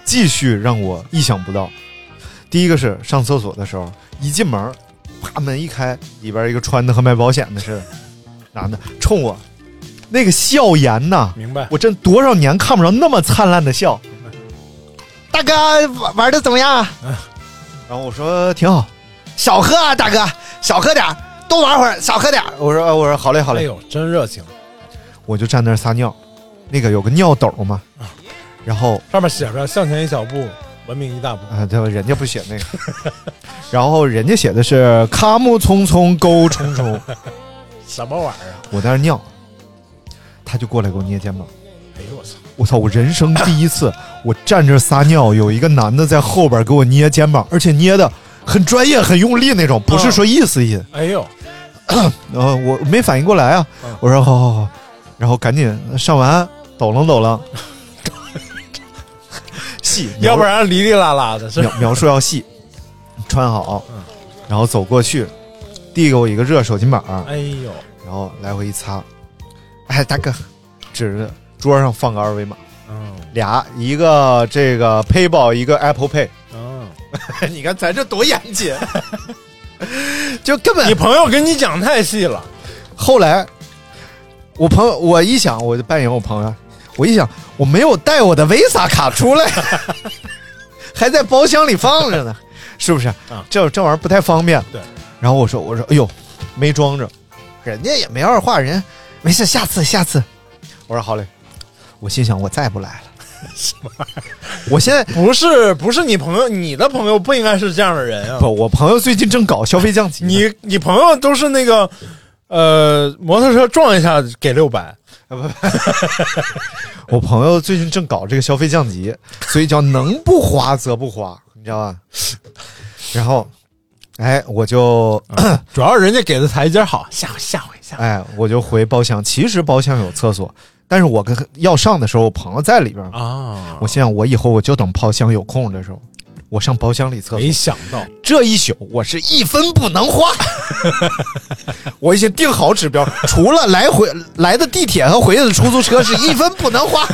S8: 继续让我意想不到。第一个是上厕所的时候，一进门，啪门一开，里边一个穿的和卖保险的似的，男的冲我，那个笑颜呐、
S9: 明白
S8: 我真多少年看不着那么灿烂的笑。大哥玩玩的怎么样啊？然后我说挺好，少喝啊，大哥，少喝点儿，多玩会儿，少喝点儿。我说呃我说好嘞好
S9: 哎
S8: 嘞，
S9: 呦，真热情！
S8: 我就站那儿撒尿，那个有个尿斗嘛，然后
S9: 上面写着“向前一小步，文明一大步
S8: 啊，对吧？人家不写那个， 然后人家写的是“卡木匆匆沟冲冲”，”，
S9: 什么玩意儿啊？
S8: 我在那儿尿，他就过来给我捏肩膀。
S9: 哎呦我操！
S8: 我操！我人生第一次，我站着撒尿，有一个男的在后边给我捏肩膀，而且捏的很专业、很用力那种，不是说意思意思。
S9: 哎呦，
S8: 然后我没反应过来啊，我说好好好，然后赶紧上完抖楞抖楞，细，
S9: 要不然哩哩啦啦的，是
S8: 描描述要细，穿好，然后走过去，递给我一个热手巾板儿，
S9: 哎呦，
S8: 然后来回一擦，哎，大哥，指着桌上放个二维码，
S9: 嗯
S8: 俩一个这个 PayPal，一个 Apple Pay，
S9: 嗯，
S8: 你看咱这多严谨， 就根本
S9: 你朋友跟你讲太细了，
S8: 后来，我朋友，我一想，我就扮演我朋友，我一想，我没有带我的 Visa 卡出来， 还在包厢里放着呢，是不是？这这玩意儿不太方便。
S9: 对。
S8: 然后我说，我说，哎呦，没装着，人家也没二话，人没事，下次，下次。我说好嘞，我心想，我再也不来了。 我现在
S9: 不是不是你朋友，你的朋友不应该是这样的人啊。
S8: 不，我朋友最近正搞消费降级呢，
S9: 你你朋友都是那个，呃，摩托车撞一下给六百，
S8: 我朋友最近正搞这个消费降级，所以叫能不花则不花，你知道吧？然后，哎，我就，
S9: 主要人家给的台阶好，下回下回下回。
S8: 哎，我就回包厢。其实包厢有厕所，但是我跟要上的时候，我朋友在里边儿。
S9: 啊，
S8: 我心想，我以后我就等包厢有空的时候，我上包厢里厕所
S9: 没。想到，
S8: 这一宿我是一分不能花， 我已经定好指标，除了来回来的地铁和回的出租车是一分不能花。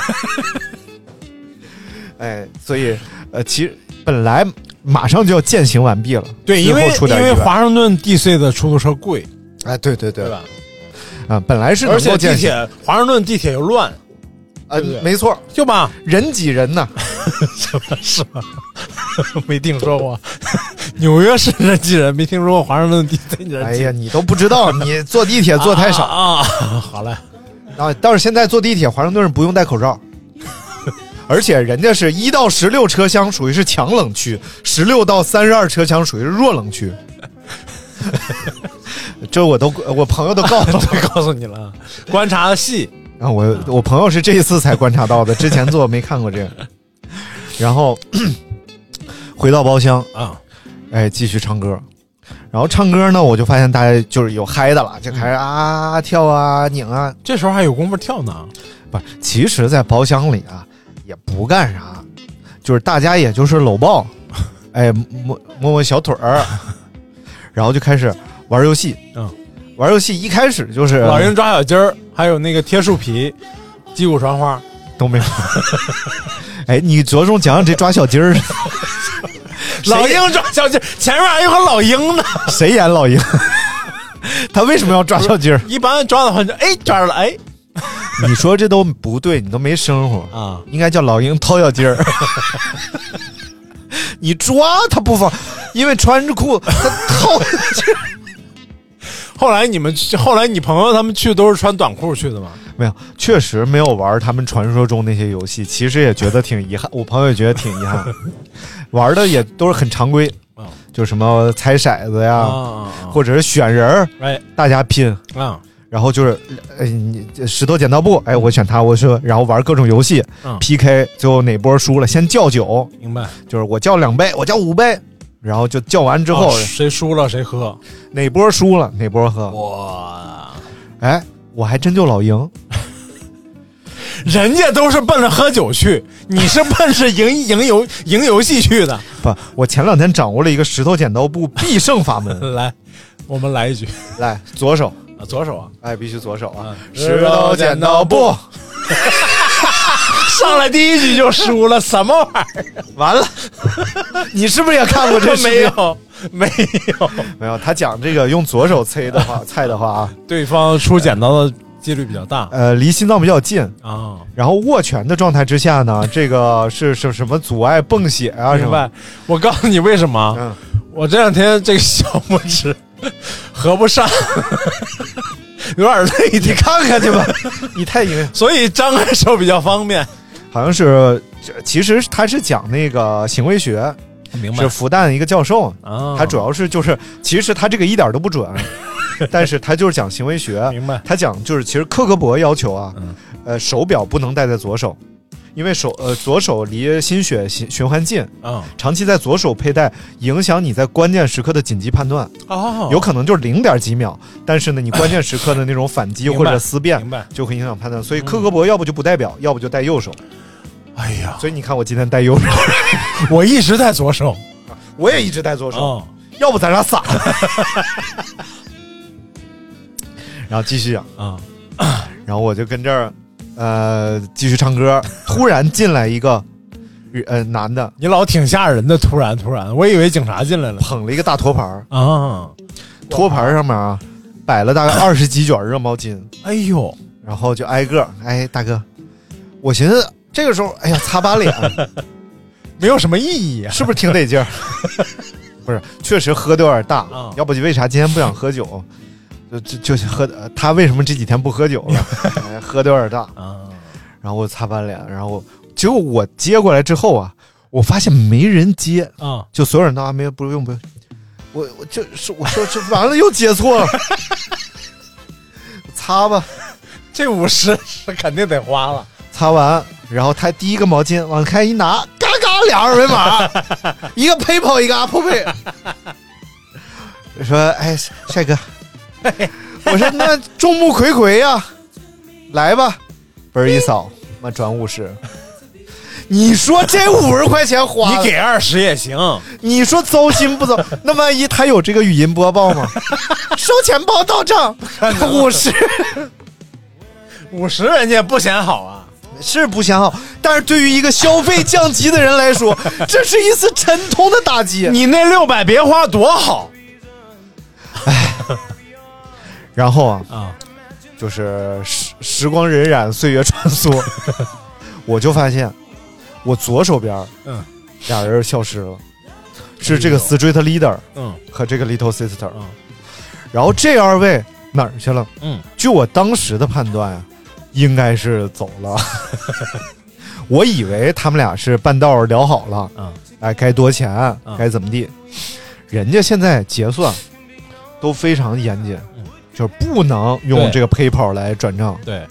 S8: 哎，所以呃，其实本来马上就要践行完毕了，
S9: 对，因
S8: 最
S9: 为
S8: 后出
S9: 因
S8: 点意外
S9: 为华盛顿 DC 的出租车贵，
S8: 哎，对对对
S9: 对吧？
S8: 啊、本来是能
S9: 而
S8: 够
S9: 且
S8: 践
S9: 地
S8: 行，
S9: 铁华盛顿地铁又乱，
S8: 呃
S9: 对不对，
S8: 没错，
S9: 对吧？
S8: 人挤人呐，
S9: 什么是吗？没听说过， 纽约市人挤人，没听说过华盛顿地铁人
S8: 哎
S9: 挤人。
S8: 呀，你都不知道，你坐地铁坐太少，
S9: 啊！啊好嘞，
S8: 啊，但是现在坐地铁，华盛顿是不用戴口罩， 而且人家是一到十六车厢属于是强冷区，十六到三十二车厢属于是弱冷区。 这我都我朋友都告诉 我
S9: 告诉你了，观察的细，
S8: 啊，我我朋友是这一次才观察到的，之前坐没看过这个。然后回到包厢
S9: 啊，
S8: 哎，继续唱歌。然后唱歌呢，我就发现大家就是有嗨的了，就开始啊跳啊拧啊，
S9: 这时候还有功夫跳呢。
S8: 不是，其实，在包厢里啊，也不干啥，就是大家也就是搂 抱，哎，摸摸摸小腿儿，然后就开始玩游戏。
S9: 嗯，
S8: 玩游戏一开始就是
S9: 老鹰抓小鸡儿，还有那个贴树皮，击鼓传花，
S8: 都没有。 哎，你着重讲讲这抓小鸡 儿，
S9: 老鹰抓小鸡儿，前面还有个老鹰呢。
S8: 谁演 老鹰？他为什么要抓小鸡儿？
S9: 一般抓的话就哎抓着了，哎
S8: 你说这都不对，你都没生活
S9: 啊
S8: 应该叫老鹰掏小鸡儿。你抓他不放，因为穿着裤他 掏。
S9: 后来你们去，后来你朋友他们去都是穿短裤去的吗？
S8: 没有，确实没有玩他们传说中那些游戏，其实也觉得挺遗憾，我朋友也觉得挺遗 憾，玩的也都是很常规
S9: 啊，
S8: 就什么猜骰子呀，
S9: 啊，
S8: 或者是选人儿，
S9: 哎
S8: 大家拼，
S9: 啊
S8: 然后就是，哎，你石头剪刀布，哎，我选他，我说，然后玩各种游戏、
S9: 嗯
S8: PK，最后哪波输了先叫酒，
S9: 明白。
S8: 就是我叫两杯，我叫五杯，然后就叫完之后、
S9: 哦谁输了谁喝。
S8: 哪波输了哪波
S9: 哦
S8: 喝，
S9: 哇，
S8: 哎，我还真就老赢。
S9: 人家都是奔着喝酒去，你是奔着赢赢游赢游戏去的。
S8: 不，我前两天掌握了一个石头剪刀布必胜法门，
S9: 来，我们来一局
S8: 来，左手，
S9: 啊，左手啊，
S8: 哎，必须左手啊！
S9: 嗯
S8: 石头剪刀 布，
S9: 上来第一局就输了，什么玩意儿？
S8: 完了。你是不是也看过这视频
S9: 没？有没有，
S8: 没有，他讲这个用左手猜的 话，猜的话啊，
S9: 对方出剪刀的几率比较大
S8: 呃，离心脏比较近，
S9: 啊。
S8: 然后握拳的状态之下 呢，这个是是什么阻碍泵血啊什
S9: 明
S8: 么
S9: 白？，我告诉你为什么啊。
S8: 嗯，
S9: 我这两天这个小拇指合不上，有点累，
S8: 你看看去吧，你太以为
S9: 所以张开手比较方便。
S8: 好像是，这其实他是讲那个行为学，
S9: 明
S8: 是复旦一个教授，
S9: 啊
S8: 他主要是就是，其实他这个一点都不准， 但是他就是讲行为学，
S9: 明白
S8: 他讲就是，其实克格勃要求啊，
S9: 嗯
S8: 呃，手表不能戴在左手，因为手呃左手离心血循循环近，
S9: 嗯
S8: 长期在左手佩戴，影响你在关键时刻的紧急判断，
S9: 哦
S8: 有可能就是零点几秒，但是呢，你关键时刻的那种反 击
S9: 明白
S8: 或者思辨
S9: 明白，
S8: 就会影响判断。所以克格勃要不就不戴表，要不就戴右手。
S9: 哎呀，
S8: 所以你看，我今天戴右手，
S9: 我一直在左手。
S8: 我也一直戴左手，
S9: 哦，
S8: 要不咱俩散了。 然后继续讲，
S9: 啊
S8: 然后我就跟这儿，呃，继续唱歌。突然进来一个，呃，男的
S9: 你老挺吓人的，突然突然，我以为警察进来了
S8: 捧了一个大托盘儿，
S9: 啊！
S8: 托盘儿上面啊摆了大概二十几卷热毛巾，
S9: 哎呦，
S8: 然后就挨个儿，哎，大哥，我寻思这个时候，哎呀，擦把脸
S9: 没有什么意义啊。
S8: 是不是挺得劲儿？ 不是，确实喝的有点大
S9: 嗯，
S8: 要不就为啥今天不想喝酒？就就就是喝的，他为什么这几天不喝酒了？哎喝的有点大，
S9: 啊，
S8: 然后我擦把脸，然后我结果我接过来之后啊，我发现没人接，
S9: 啊，
S8: 就所有人都啊没有不用不用，我我就是我说这完了又接错了， 擦吧，
S9: 这五十是肯定得花了。
S8: 擦完，然后他第一个毛巾往开一拿，嘎嘎俩二维码，一个 PayPal 一个 Apple Pay，说哎帅哥，我说那众目睽睽呀、来吧，本儿一扫，妈转五十。你说这五十块钱花了，
S9: 你给二十也行，
S8: 你说糟心 不糟？那万一他有这个语音播报吗？收钱包到账五十
S9: 五十人家不嫌好啊。
S8: 是不想好，但是对于一个消费降级的人来 说，这是一次沉痛的打击。
S9: 你那六百别花多好
S8: 然后啊，
S9: 啊！
S8: 就是时时光荏苒，岁月穿 梭，我就发现我左手边儿
S9: 嗯
S8: 俩人消失了，是这个 Street Leader
S9: 嗯
S8: 和这个 Little Sister，啊
S9: 嗯
S8: 然后这二位哪儿去了？
S9: 嗯，
S8: 据我当时的判断啊，应该是走了。 我以为他们俩是半道儿聊好了，
S9: 嗯，
S8: 哎，该多钱
S9: 嗯，
S8: 该怎么地。人家现在结算都非常严谨，就是不能用
S9: 嗯对
S8: 这个 PayPal 来转账，
S9: 对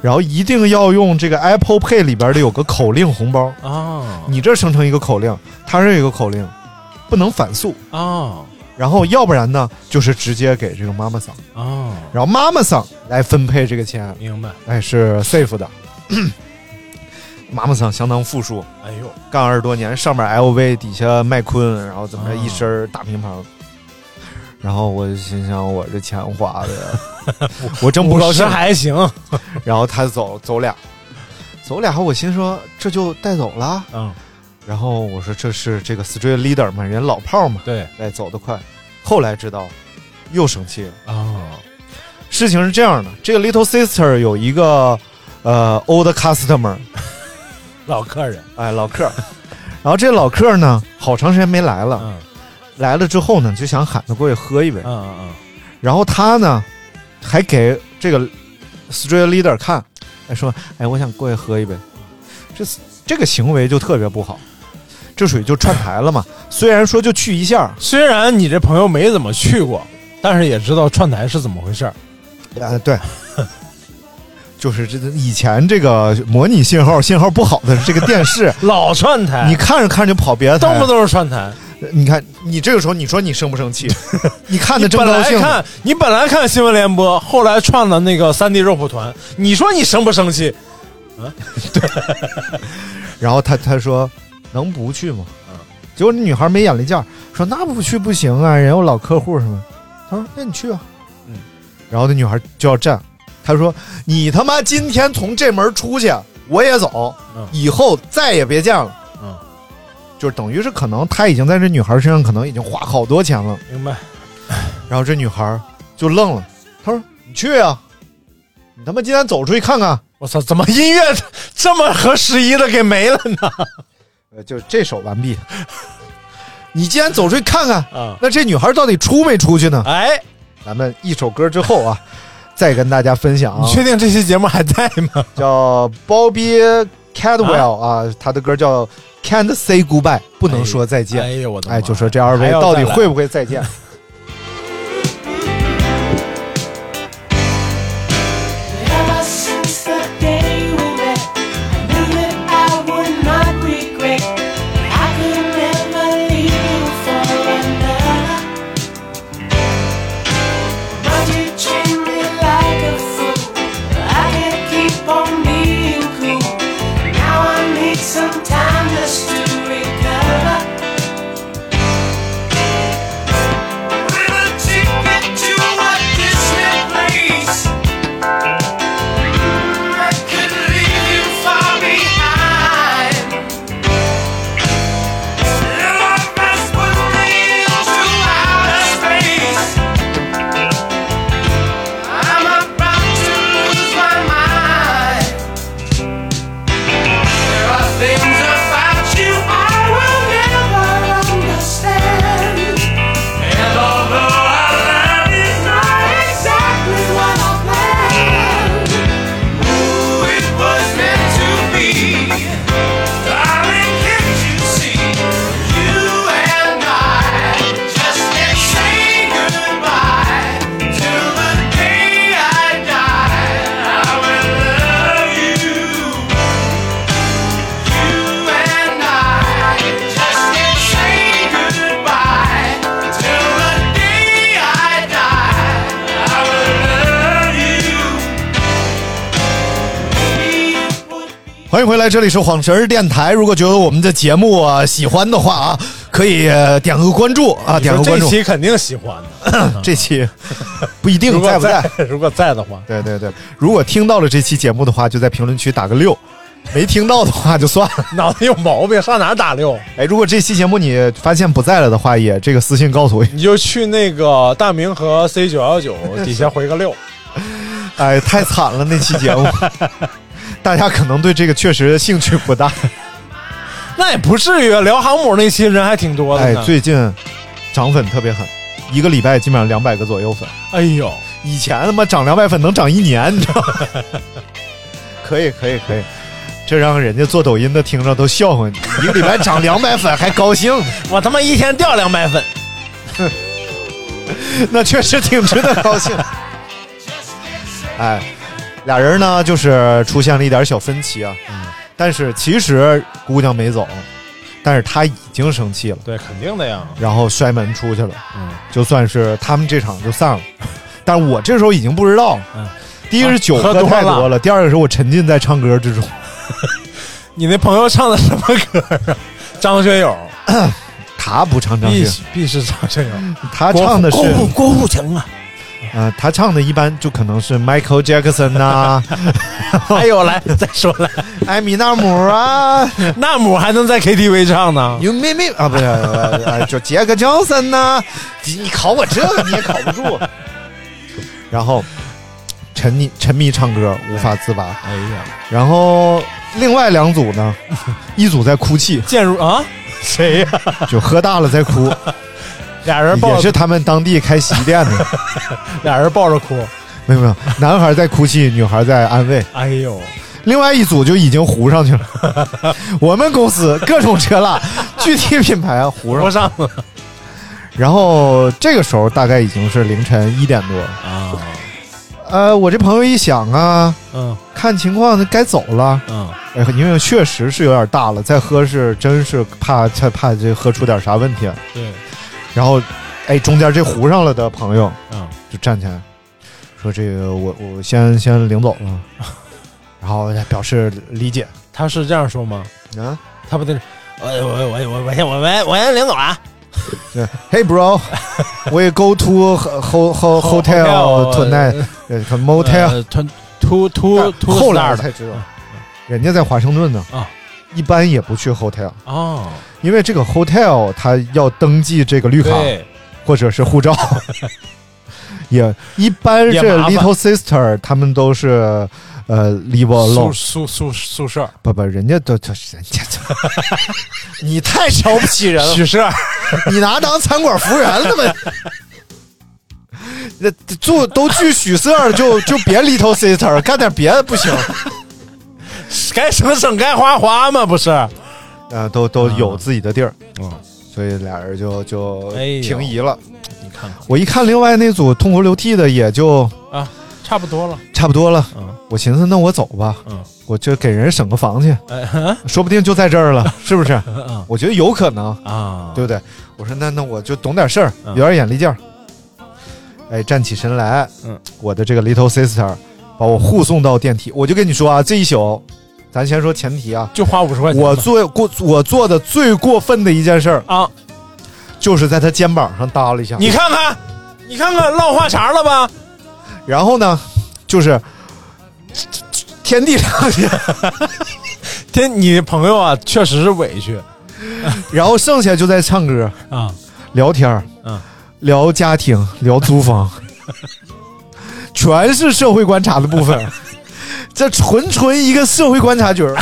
S8: 然后一定要用这个 Apple Pay 里边的有个口令红包。
S9: 啊
S8: 你这生成一个口令，它是一个口令，不能反诉。
S9: 啊
S8: 然后要不然呢，就是直接给这个妈妈桑，
S9: 啊！
S8: 然后妈妈桑来分配这个钱。
S9: 明白。
S8: 哎，是 safe 的。 妈妈桑相当富庶，
S9: 哎呦，
S8: 干二十多年，上面 LV，底下麦昆，然后怎么着
S9: 啊
S8: 一身大名牌儿。然后我就心想，我这钱花的 呀，我真不
S9: 五
S8: 高
S9: 十
S8: 兴。
S9: 还行。
S8: 然后他走走俩，走俩，我心说这就带走了。
S9: 嗯，
S8: 然后我说这是这个 street leader 嘛，人老炮儿嘛，
S9: 对
S8: 哎，走得快。后来知道，又生气了。
S9: 啊
S8: 事情是这样的，这个 little sister 有一个呃 old customer，
S9: 老客人。
S8: 哎，老客儿。然后这老客儿呢，好长时间没来了，
S9: 嗯
S8: 来了之后呢，就想喊他过去喝一杯
S9: 嗯。嗯
S8: 然后他呢，还给这个 street leader 看，哎说，哎，我想过去喝一杯。这这个行为就特别不好，这属于就串台了嘛。虽然说就去一下，
S9: 虽然你这朋友没怎么去过，但是也知道串台是怎么回事儿。，
S8: 呃，对，就是这以前这个模拟信号信号不好的这个电视
S9: 老串台，
S8: 你看着看着就跑别的台
S9: 哎动不动是串台。
S8: 你看，你这个时候你说你生不生 气？你看的
S9: 你
S8: 正
S9: 本
S8: 高
S9: 来
S8: 兴，
S9: 看你本来看新闻联播，后来串了那个三 D 肉蒲团，你说你生不生气？
S8: 然后他他说能不去吗？
S9: 嗯
S8: 结果那女孩没眼力见儿，说那不去不行啊，人有老客户什么。他说那你去啊，
S9: 嗯。
S8: 然后那女孩就要站，他说你他妈今天从这门出去，我也走，
S9: 嗯
S8: 以后再也别见了。
S9: 嗯，
S8: 就是等于是可能他已经在这女孩身上可能已经花好多钱了。
S9: 明白？
S8: 然后这女孩就愣了，她说你去啊，你他妈今天走出去看看。
S9: 我操，怎么音乐这么合时宜的给没了呢？
S8: 呃，就这手完毕。 你既然走出去看看，
S9: 啊，
S8: 那这女孩到底出没出去呢？
S9: 哎，
S8: 咱们一首歌之后啊，再跟大家分享啊
S9: 你，确定这期节目还在 吗？
S8: 叫 Bobby Cadwell 啊他的歌叫 Can't Say Goodbye，不能说再见。
S9: 哎呦我的妈！
S8: 哎，就说这二位
S9: 还要再
S8: 到底
S9: 来
S8: 会不会再见？
S10: Ever since the day we met, I knew that I would not regret. I could never leave you for another. But you treat me like a fool. I can't keep on being cool. Now I need some time just to recover. With a ticket to a distant place. I could leave you far behind. Love has put me into outer space. I'm about to lose my mind. There are things about you I will never understand. And although I love it's not exactly what I planned. It was meant to be, darling. Can't you see? You and I just can't say goodbye till the day I die. I will love you. You and I just can't say goodbye till the day I die. I will love you.
S8: 欢迎回来，这里是晃神儿电台。如果觉得我们的节目啊喜欢的话啊，可以呃点个关注啊，点个
S9: 说
S8: 关
S9: 这
S8: 注。。
S9: 期肯定喜欢的
S8: 这 期不一定
S9: 啊如果
S8: 在不在？
S9: 在？ 如果在的话，
S8: 对对对，如果听到了这期节目的话，就在评论区打个 六；没听到的话就算了。
S9: 脑子有毛病，上哪儿打六？
S8: 哎，如果这期节目你发现不在了的话，也这个私信告诉 我。
S9: 你就去那个大明和 C 九 幺九底下回个六。
S8: 哎，太惨了那期节 目，大家可能对这个确实兴趣不大。
S9: 那也不至于，聊航母那期人还挺多的
S8: 哎
S9: 呢。，
S8: 最近涨粉特别狠，一个礼拜基本上两百个左右粉。
S9: 哎呦，
S8: 以前他妈涨两百粉能涨一年，你知道吗？可以可以可以，这让人家做抖音的听着都笑话你，一个礼拜涨两百粉还高兴，
S9: 我他妈一天掉两百粉，
S8: 那确实挺值得高兴。哎，俩人呢就是出现了一点小分歧啊，但是其实姑娘没走，但是她已经生气了，
S9: 对，肯定的呀。
S8: 然后摔门出去了，
S9: 嗯
S8: 就算是他们这场就散了。但是我这时候已经不知道了，
S9: 嗯
S8: 第一个是酒
S9: 啊喝
S8: 喝太
S9: 多了
S8: 多了，第二个是我沉浸在唱歌之中。
S9: 你那朋友唱的什么歌啊？张学友，
S8: 他不唱张学
S9: 必
S8: 友，
S9: 须必是张学友。
S8: 他唱的是
S9: 郭富郭富 城啊，
S8: 呃，他唱的一般就可能是 Michael Jackson 啊呐、
S9: 还有哎来再说来，
S8: 艾米纳姆啊、
S9: 那姆还能在 KTV 唱呢？
S8: You m a Me 啊，不是，呃呃就杰克·乔森呐，你你考我这个你也考不住。然后沉迷沉迷唱歌无法自拔，
S9: 哎呀，
S8: 然后另外两组 呢，一组在哭泣，
S9: 渐入啊，谁呀、
S8: 就喝大了在哭，
S9: 俩人抱
S8: 也是他们当地开洗衣店的，
S9: 俩人抱着哭，
S8: 没有没有，男孩在哭泣，女孩在安慰。
S9: 哎呦，
S8: 另外一组就已经糊上去了。我们公司各种车蜡，具体品牌啊糊上
S9: 不。上了
S8: 然后这个时候大概已经是凌晨一点多了。
S9: 啊，
S8: 呃，我这朋友一想啊，
S9: 嗯
S8: 看情况该走了，
S9: 嗯，
S8: 哎因为确实是有点大了，再喝是真是怕怕怕这喝出点啥问题。
S9: 对，
S8: 然后，哎，中间这糊上了的朋友
S9: 嗯，
S8: 就站起来说：“这个我我先先领走 了。”然后表示理解
S9: 他是这样说吗？
S8: 啊。
S9: 他不得，哎我我我我我先我我我先领走啊，
S8: Hey bro, we go to ho ho ho- 哦 hotel
S9: Hotel, 呃
S8: tonight, uh, motel.
S9: 突突突突
S8: 后来我
S9: 的
S8: 才知道，人家在华盛顿呢
S9: 啊，
S8: 一般也不去 hotel，
S9: 哦，
S8: 因为这个 hotel 它要登记这个绿卡
S9: 对，
S8: 或者是护 照，也一般
S9: 也
S8: 这
S9: 麻烦
S8: little sister 他们都是呃 leave
S9: 宿
S8: alone，
S9: 宿宿宿舍，
S8: 不不，人家都都人家都，你太 瞧不起人了，
S9: 宿舍，
S8: 你拿当餐馆服务员了吗？那做都去许色就就别 little sister，干点别的不行。
S9: 该省省，该花花嘛，不 是？
S8: 啊，都都有自己的地儿，嗯，所以俩人就就
S9: 哎呦
S8: 平移了。
S9: 你看看
S8: 我一看另外那组痛哭流涕的也就
S9: 啊，差不多了。
S8: 差不多了，
S9: 嗯
S8: 我寻思那我走吧，
S9: 嗯，
S8: 我就给人省个房去，
S9: 哎哼
S8: 说不定就在这儿 了，是不是？
S9: 嗯
S8: 我觉得有可能，
S9: 啊，
S8: 对不对？我说那那我就懂点事儿，
S9: 嗯
S8: 有点眼力劲儿。哎，站起身来，
S9: 嗯，
S8: 我的这个 little sister 把我护送到电梯。我就跟你说啊，这一宿，咱先说前提啊，
S9: 就花五十块钱吧。
S8: 我做过我做的最过分的一件事儿，
S9: 啊，
S8: 就是在她肩膀上搭了一下。
S9: 你看看，你看看唠话茬了吧？
S8: 然后呢，就是天地良心。
S9: 天，你朋友啊，确实是委屈
S8: 然后剩下就在唱歌、
S9: 啊，
S8: 聊天儿
S9: 嗯，
S8: 聊家庭、聊租 房，全是社会观察的部分。这纯纯一个社会观察局 儿，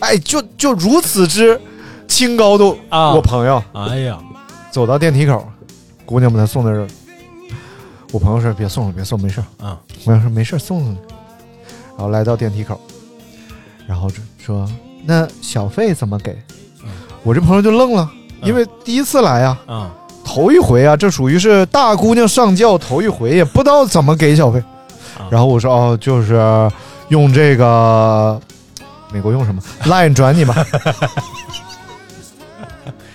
S8: 哎，就就如此之清高度
S9: 啊
S8: 我朋友
S9: 哎呀，
S8: 走到电梯口，姑娘把他送到这儿。我朋友说：“别送了，别送，没事儿。”
S9: 啊，
S8: 我朋友说：“没事儿，送送。”然后来到电梯口，然后就说：“那小费怎么给？”
S9: 嗯
S8: 我这朋友就愣了，因为第一次来啊，
S9: 啊，
S8: 头一回啊，这属于是大姑娘上轿头一回，也不知道怎么给小费
S9: 啊。
S8: 然后我说：“哦，就是用这个美国用什么 Line 转你吧。”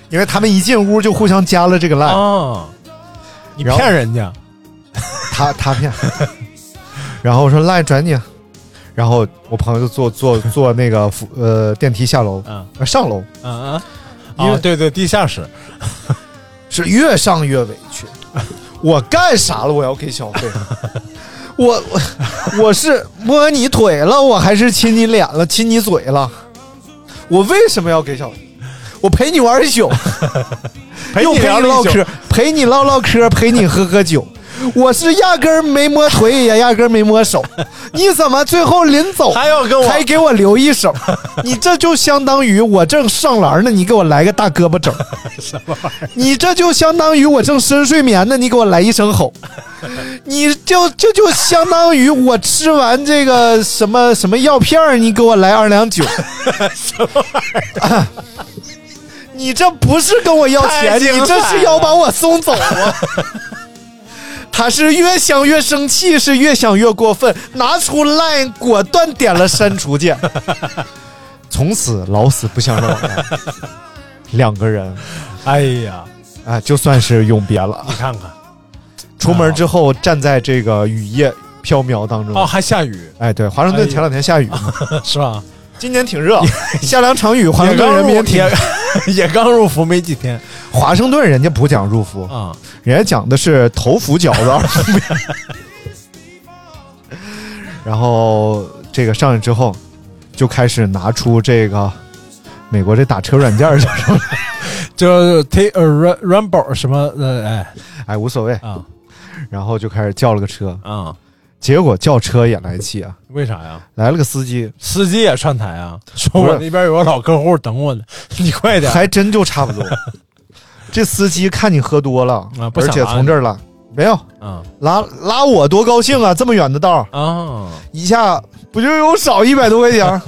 S8: 因为他们一进屋就互相加了这个 Line，
S9: 啊，你
S8: 哎然后
S9: 骗人家
S8: 他他骗，然后我说赖转你，啊然后我朋友就坐坐坐那个扶呃电梯下楼，
S9: 啊
S8: 呃上楼
S9: 啊啊！
S8: 因
S9: 哦
S8: 为，
S9: 对对，地下室
S8: 是越上越委 屈，我干啥了？我要给小费， 我我我是摸你腿了，我还是亲你脸了，亲你嘴了，我为什么要给小费？我陪你玩一 宿，
S9: 陪
S8: 又
S9: 你
S8: 陪
S9: 聊
S8: 你
S9: 了
S8: 唠
S9: 一宿
S8: 嗑，陪你唠唠嗑，陪你喝喝酒。我是压根儿没摸腿，也压根儿没摸手。你怎么最后临走
S9: 还要跟我
S8: 还给我留一 手？你这就相当于我正上篮呢，你给我来个大胳膊肘。
S9: 什么玩意儿？
S8: 你这就相当于我正深睡眠呢，你给我来一声吼，你就这就相当于我吃完这个什么什么药片儿，你给我来二两 酒，什么玩意儿？你这不是跟我要钱，
S9: 太精彩了
S8: 你这是要把我送走 啊！他是越想越生气，是越想越过分，拿出 line 果断点了删除 键，从此老死不相往来。两个人
S9: 哎呀，
S8: 啊，就算是永别了。
S9: 你看看，
S8: 出门之后，站在这个雨夜飘渺当中。
S9: 哦，还下雨
S8: 哎，对，华盛顿前两天下雨嘛，
S9: 是吧？
S8: 哎今年挺 热，下两 场雨，华盛
S9: 也
S8: 顿
S9: 刚
S8: 人民
S9: 入
S8: 也挺。
S9: 也也刚入伏没几天
S8: 华盛顿人家不讲入伏，
S9: 啊，
S8: 人家讲的是头伏饺子二伏面。 然后这个上去之后，就开始拿出这个美国这打车软件 儿叫什么？
S9: 就 take
S8: 呃
S9: a run run ball 什么呃哎
S8: 哎，无所谓。
S9: 啊
S8: 然后就开始叫了个车，
S9: 啊，
S8: 结果叫车也来气啊，
S9: 为啥呀？
S8: 来了个司机，
S9: 司机也串台啊，说
S8: 不是
S9: 我那边有个老客户等我呢， 你快点。
S8: 还真就差不 多。这司机看你喝多了，
S9: 啊不
S8: 而
S9: 想
S8: 且
S9: 拉
S8: 从这儿拉，没有
S9: 啊
S8: 拉拉我多高兴啊！这么远的道儿，
S9: 啊，
S8: 一下不就有少一百多块钱 儿？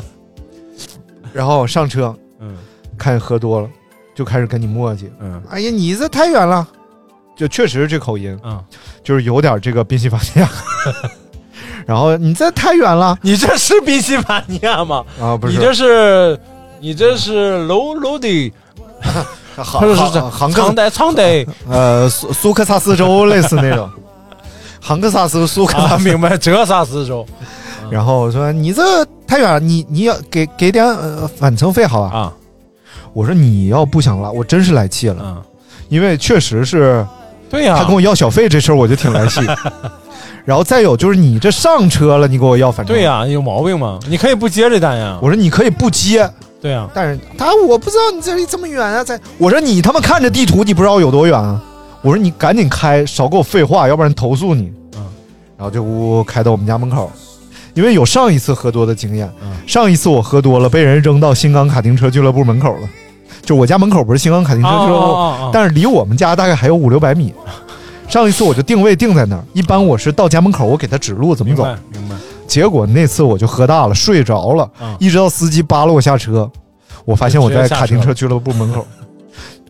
S8: 然后上车，
S9: 嗯
S8: 看你喝多了，就开始跟你磨叽。
S9: 嗯
S8: 哎呀，你这太远了，就确实是这口音，
S9: 嗯，
S8: 就是有点这个宾夕法 尼亚。然后你这太远了
S9: 你这是宾夕法尼亚吗？
S8: 啊，不
S9: 你
S8: 是，
S9: 这是你这是楼楼 的，
S8: 杭
S9: 不是是
S8: 杭杭更
S9: 代长代
S8: 呃苏苏克萨斯州类似那种， 杭克萨斯苏克萨
S9: 啊，
S8: 斯
S9: 明白？泽萨斯州
S8: 然后我说你这太远了，你你要给给点呃返程费好吧？
S9: 啊
S8: 我说你要不想拉，我真是来气了，
S9: 嗯，
S8: 因为确实是
S9: 对呀
S8: 他，跟我要小费这事儿，我就挺来 气。然后再有就是你这上车了，你给我要返程，
S9: 对、呀，有毛病吗？你可以不接这单呀，啊
S8: 我说你可以不接，
S9: 对呀，
S8: 但是他我不知道你这里这么远啊，在我说你他妈看着地图，你不知道有多远啊？我说你赶紧开，少给我废话，要不然投诉你。
S9: 嗯，
S8: 然后就呜呜开到我们家门口，因为有上一次喝多的经验。
S9: 嗯
S8: 上一次我喝多了，被人扔到新港卡丁车俱乐部门口了。就我家门口不是新港卡丁车俱乐部，
S9: 哦哦哦哦
S8: 但是离我们家大概还有五六百米，上一次我就定位定在那儿，一般我是到家门口我给他指路怎么
S9: 明
S8: 走，
S9: 白明白，
S8: 结果那次我就喝大了，睡着了，
S9: 嗯
S8: 一直到司机扒拉我下车，我发现我在卡丁车俱乐部门口，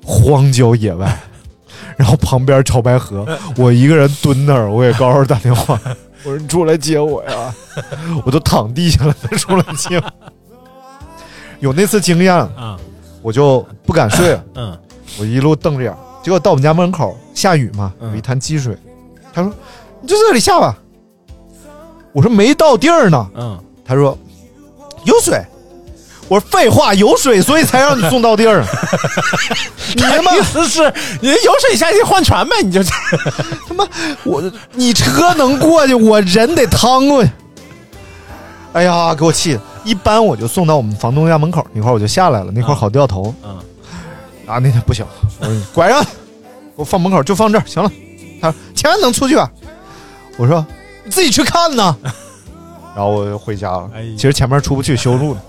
S8: 荒郊野外， 然后旁边潮白河，我一个人蹲那儿，我给高高打电话，我说你出来接我呀， 我都躺地下了，他出来接我。 有那次经验，
S9: 啊
S8: 我就不敢睡了，
S9: 嗯
S8: 我一路瞪着眼儿，结果到我们家门口下雨嘛，
S9: 嗯
S8: 有一滩积水，他说你就这里下吧，我说没到地儿呢。
S9: 嗯
S8: 他说有水。我说废话，有水，所以才让你送到地儿。你他妈
S9: 意思是你有水下去换船呗，你就这
S8: 他妈，我你车能过去，我人得趟过去。哎呀，给我气的！一般我就送到我们房东家门口那块儿，我就下来了，那块儿好掉头。
S9: 嗯
S8: 啊，那天不行，我说你拐上，给我放门口，就放这儿，行了。他说钱能出去吧？我说你自己去看 呢。然后我就回家了。
S9: 哎呀
S8: 其实前面出不去，修路呢，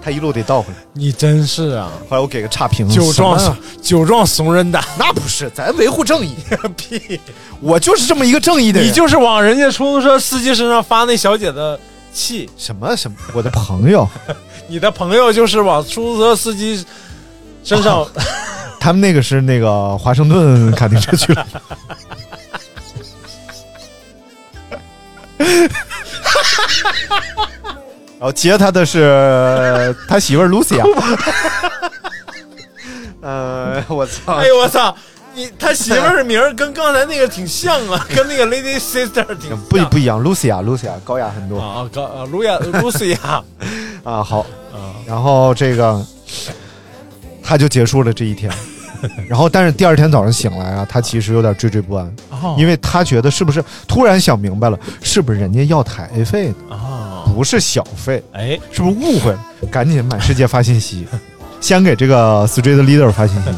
S8: 他一路得倒回来。
S9: 你真是啊，
S8: 后来我给个差评，
S9: 酒壮
S8: 嗯什么呀
S9: 酒壮怂 人胆，
S8: 那不是，咱维护正义，
S9: 屁！
S8: 我就是这么一个正义的人。
S9: 你就是往人家出租车司机身上发那小姐的气，
S8: 什么什么，我的朋友，
S9: 你的朋友就是往出租车司机身
S8: 哦
S9: 上，
S8: 他们那个是那个华盛顿卡丁车 俱乐部。然后接他的是他媳妇儿 Lucia。呃，我操！
S9: 哎呦我操！你他媳妇儿名儿跟刚才那个挺像 啊，跟那个 Lady Sister 挺像
S8: 不不一样，Lucia，Lucia 高雅很多
S9: 啊啊，高啊，卢亚卢西亚，
S8: 啊。好，然后这个他就结束了这一天。然后，但是第二天早上醒来啊，他其实有点惴惴不安，因
S9: 为
S8: 为他觉得是不是突然想明白了，是不是人家要台费呢？
S9: 啊，
S8: 不是小费，
S9: 哎，
S8: 是不是误会了？赶紧满世界发信息，先给这个 Street Leader 发信息，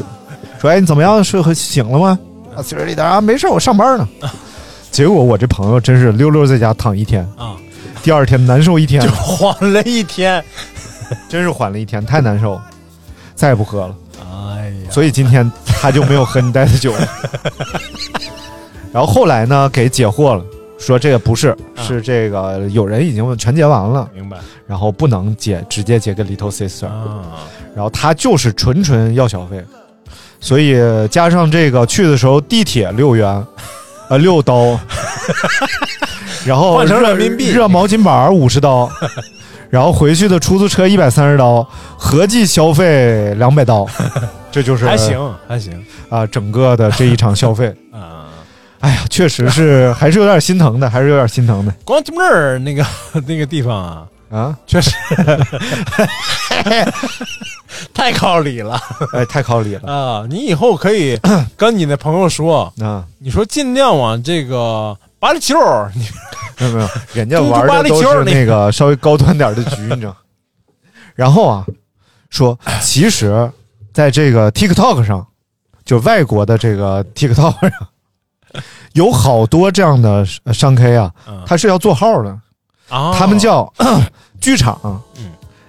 S8: 说：“哎，你怎么样？睡和醒了吗？”啊，Street Leader 啊，没事，我上班呢。结果我这朋友真是溜溜在家躺一天
S9: 啊，
S8: 第二天难受一天
S9: 就，晃了一天，
S8: 真是缓了一天，太难受了，再也不喝了。
S9: 哎呀，
S8: 所以今天他就没有喝你带的酒了。然后后来呢，给解惑了，说这个不是，
S9: 啊
S8: 是这个有人已经全结完了，
S9: 明白
S8: 然后不能结，直接结给 Little Sister，、
S9: 啊，
S8: 然后他就是纯纯要小费，所以加上这个去的时候地铁六元，呃六 刀，然后
S9: 换成
S8: 热
S9: 人民币
S8: 热毛巾板五十刀，然后回去的出租车一百三十刀，合计消费两百刀，这就是
S9: 还行还行
S8: 啊、整个的这一场消费，
S9: 啊，
S8: 哎呀，确实是还是有点心疼的，还是有点心疼的
S9: 光这儿那个 那个地方啊，
S8: 啊！
S9: 确实太靠 里了
S8: 哎，太靠里了
S9: 啊！你以后可以跟你的朋友说，
S8: 啊！
S9: 你说尽量往这个八里球，你
S8: 没有 没有，人家
S9: 猪猪
S8: 玩
S9: 八
S8: 的
S9: 黎
S8: 都
S9: 球
S8: 是
S9: 那
S8: 那个稍微高端点的局，你知道。然后啊， 说其实在这个 TikTok 上，就外国的这个 TikTok 上，有好多这样的呃商 K 啊
S9: 嗯，
S8: 他是要做号的，
S9: 啊，
S8: 他们叫剧场
S9: 嗯、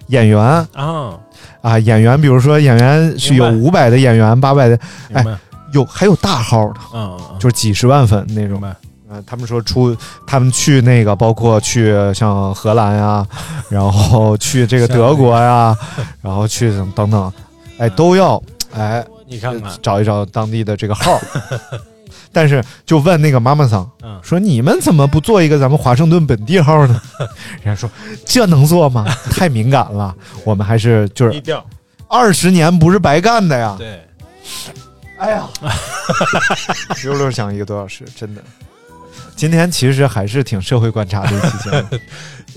S8: 演员
S9: 啊，
S8: 啊，演员，比如说演员是有
S9: 明
S8: 五百的演员，八百的，
S9: 明白，
S8: 有还有大号的，
S9: 嗯嗯，
S8: 哎就是几十万粉那种
S9: 明。白
S8: 呃，他们说出他们去那个，包括去像荷兰呀、然后去这个德国呀、然后去等等，哎，都要哎
S9: 你看看，
S8: 找一找当地的这个号儿。 但是就问那个妈妈桑
S9: 嗯
S8: 说：“你们怎么不做一个咱们华盛顿本地号呢？” 人家说：“这能做吗？太敏感了，我们还是啊就
S9: 低
S8: 是
S9: 调，
S8: 二十年不是白干的呀。
S9: 对，”
S8: 哎 呀，溜溜想一个多小时，真的。今天其实还是挺社会观察的一期节目。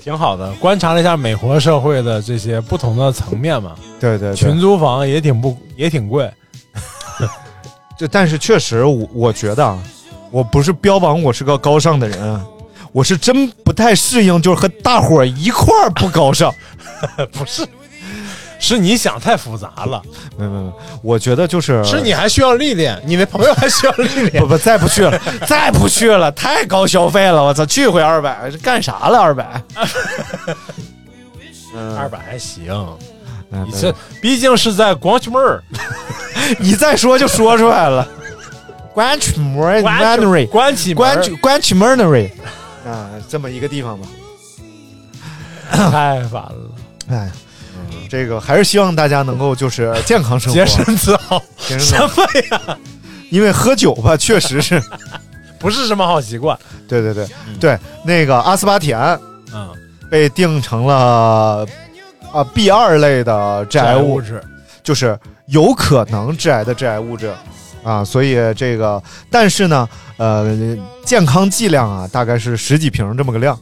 S9: 挺好的，观察了一下美国社会的这些不同的层面嘛，
S8: 对对
S9: 群
S8: 对，
S9: 租房也挺不也 挺贵，
S8: 就但是确实我，我觉得啊，我不是标榜我是个高尚的人，啊我是真不太适应，就是和大伙儿一块儿不高尚。
S9: 不是，是你想太复杂了，
S8: 没有没有没有，我觉得就是
S9: 是你还需要历练，你的朋友还需要历练
S8: 不。不再不去 了，再不去了，太高消费了，我操，去回二百，这干啥了二百？嗯
S9: 二百还行，
S8: 哎没
S9: 你
S8: 有
S9: 这毕竟是在广渠门儿，
S8: 你再说就说出来了。 关起门
S9: 关起
S8: Winery，
S9: 关起门
S8: 哎关起关起 Winery 啊，这么一个地方吧。
S9: 太烦了，
S8: 哎，这个还是希望大家能够 就是健康生活，啊
S9: 洁身自 好，
S8: 洁身自
S9: 什
S8: 好
S9: 么呀？
S8: 因为喝酒吧，确实是，
S9: 不是什么好习惯，
S8: 对对对、对，那个阿斯巴甜
S9: 嗯，
S8: 被定成了啊 B 二类的致癌物
S9: 物，质，
S8: 就是有可能致癌的致癌物质啊，所以这个，但是呢，呃，健康剂量啊，大概是十几瓶这么个量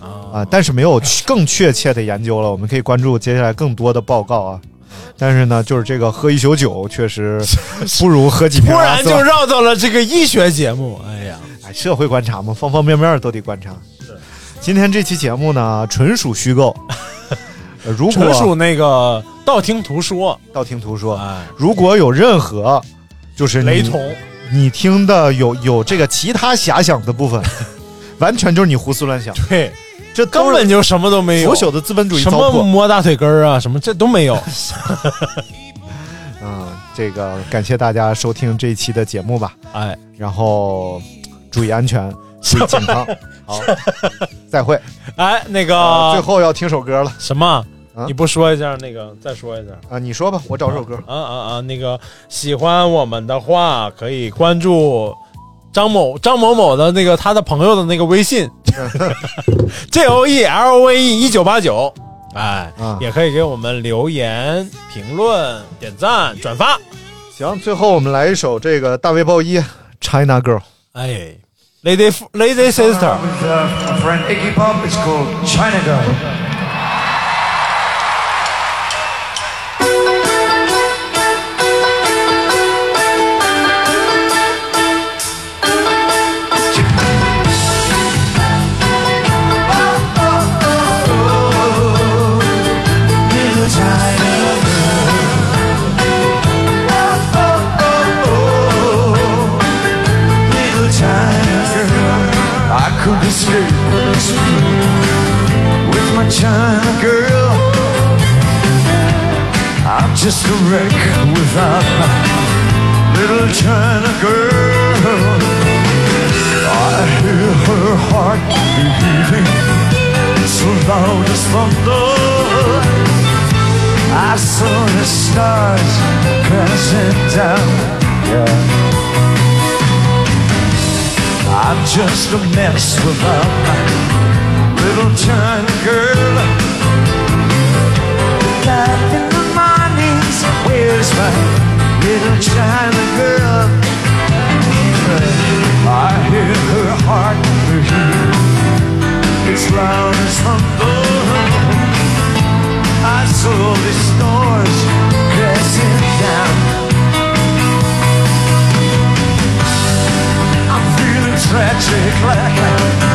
S8: 啊，但是没有更确切的研究了，我们可以关注接下来更多的报告啊。但是呢，就是这个喝一宿酒确 实不如喝几瓶
S9: 突
S8: 阿
S9: 然
S8: 斯巴
S9: 就绕到了这个医学节目，哎呀，
S8: 哎，社会观察嘛，方方面面都得观察。今天这期节目呢，纯属虚 构。呃如
S9: 纯属
S8: 果
S9: 那个道听途说，
S8: 道听途说，
S9: 哎，
S8: 如果有任何就是你
S9: 雷同，
S8: 你听的有有这个其他遐想的 部分，完全就是你胡思乱想，
S9: 对，
S8: 这
S9: 根
S8: 都是
S9: 本就什么都没有，
S8: 腐朽的资本主义
S9: 哎什
S8: 糟
S9: 么
S8: 粕
S9: 摸大腿根儿啊，什么这都没 有，
S8: 啊、这个感谢大家收听这一期的节目吧，
S9: 哎，
S8: 然后注意安全，注意健康，好，再会。
S9: 哎，那
S8: 啊，最
S9: 个
S8: 后要听首歌了
S9: 什么
S8: 啊，
S9: 你不说一下那个，再说一下。
S8: 啊，你说吧，我找首歌。
S9: 啊啊啊！那个喜欢我们的话，可以关注张某张某某的那个他的朋友的那个微信
S8: 嗯
S9: ，J O E L O V E 一九八九，哎，
S8: 啊
S9: 也可以给我们留言、评论、点赞、转发。
S8: 行，最后我们来一首这个大卫鲍伊《China Girl》。
S9: 哎，Lady F- Lady Sister，
S11: with uh, my friend Iggy Pop. It's called China Girl. I could be straight with my China girl. I'm just a wreck without my little China girl. I hear her heart beating so loud as thunder. I saw the stars crashing down. Yeah. I'm just a mess without my little China girl. Back in the mornings, where's my little China girl? I hear her heart beat. It's loud as thunder. I saw the stars crashing down. I'm feeling tragic like
S9: "Oh,
S11: Oh,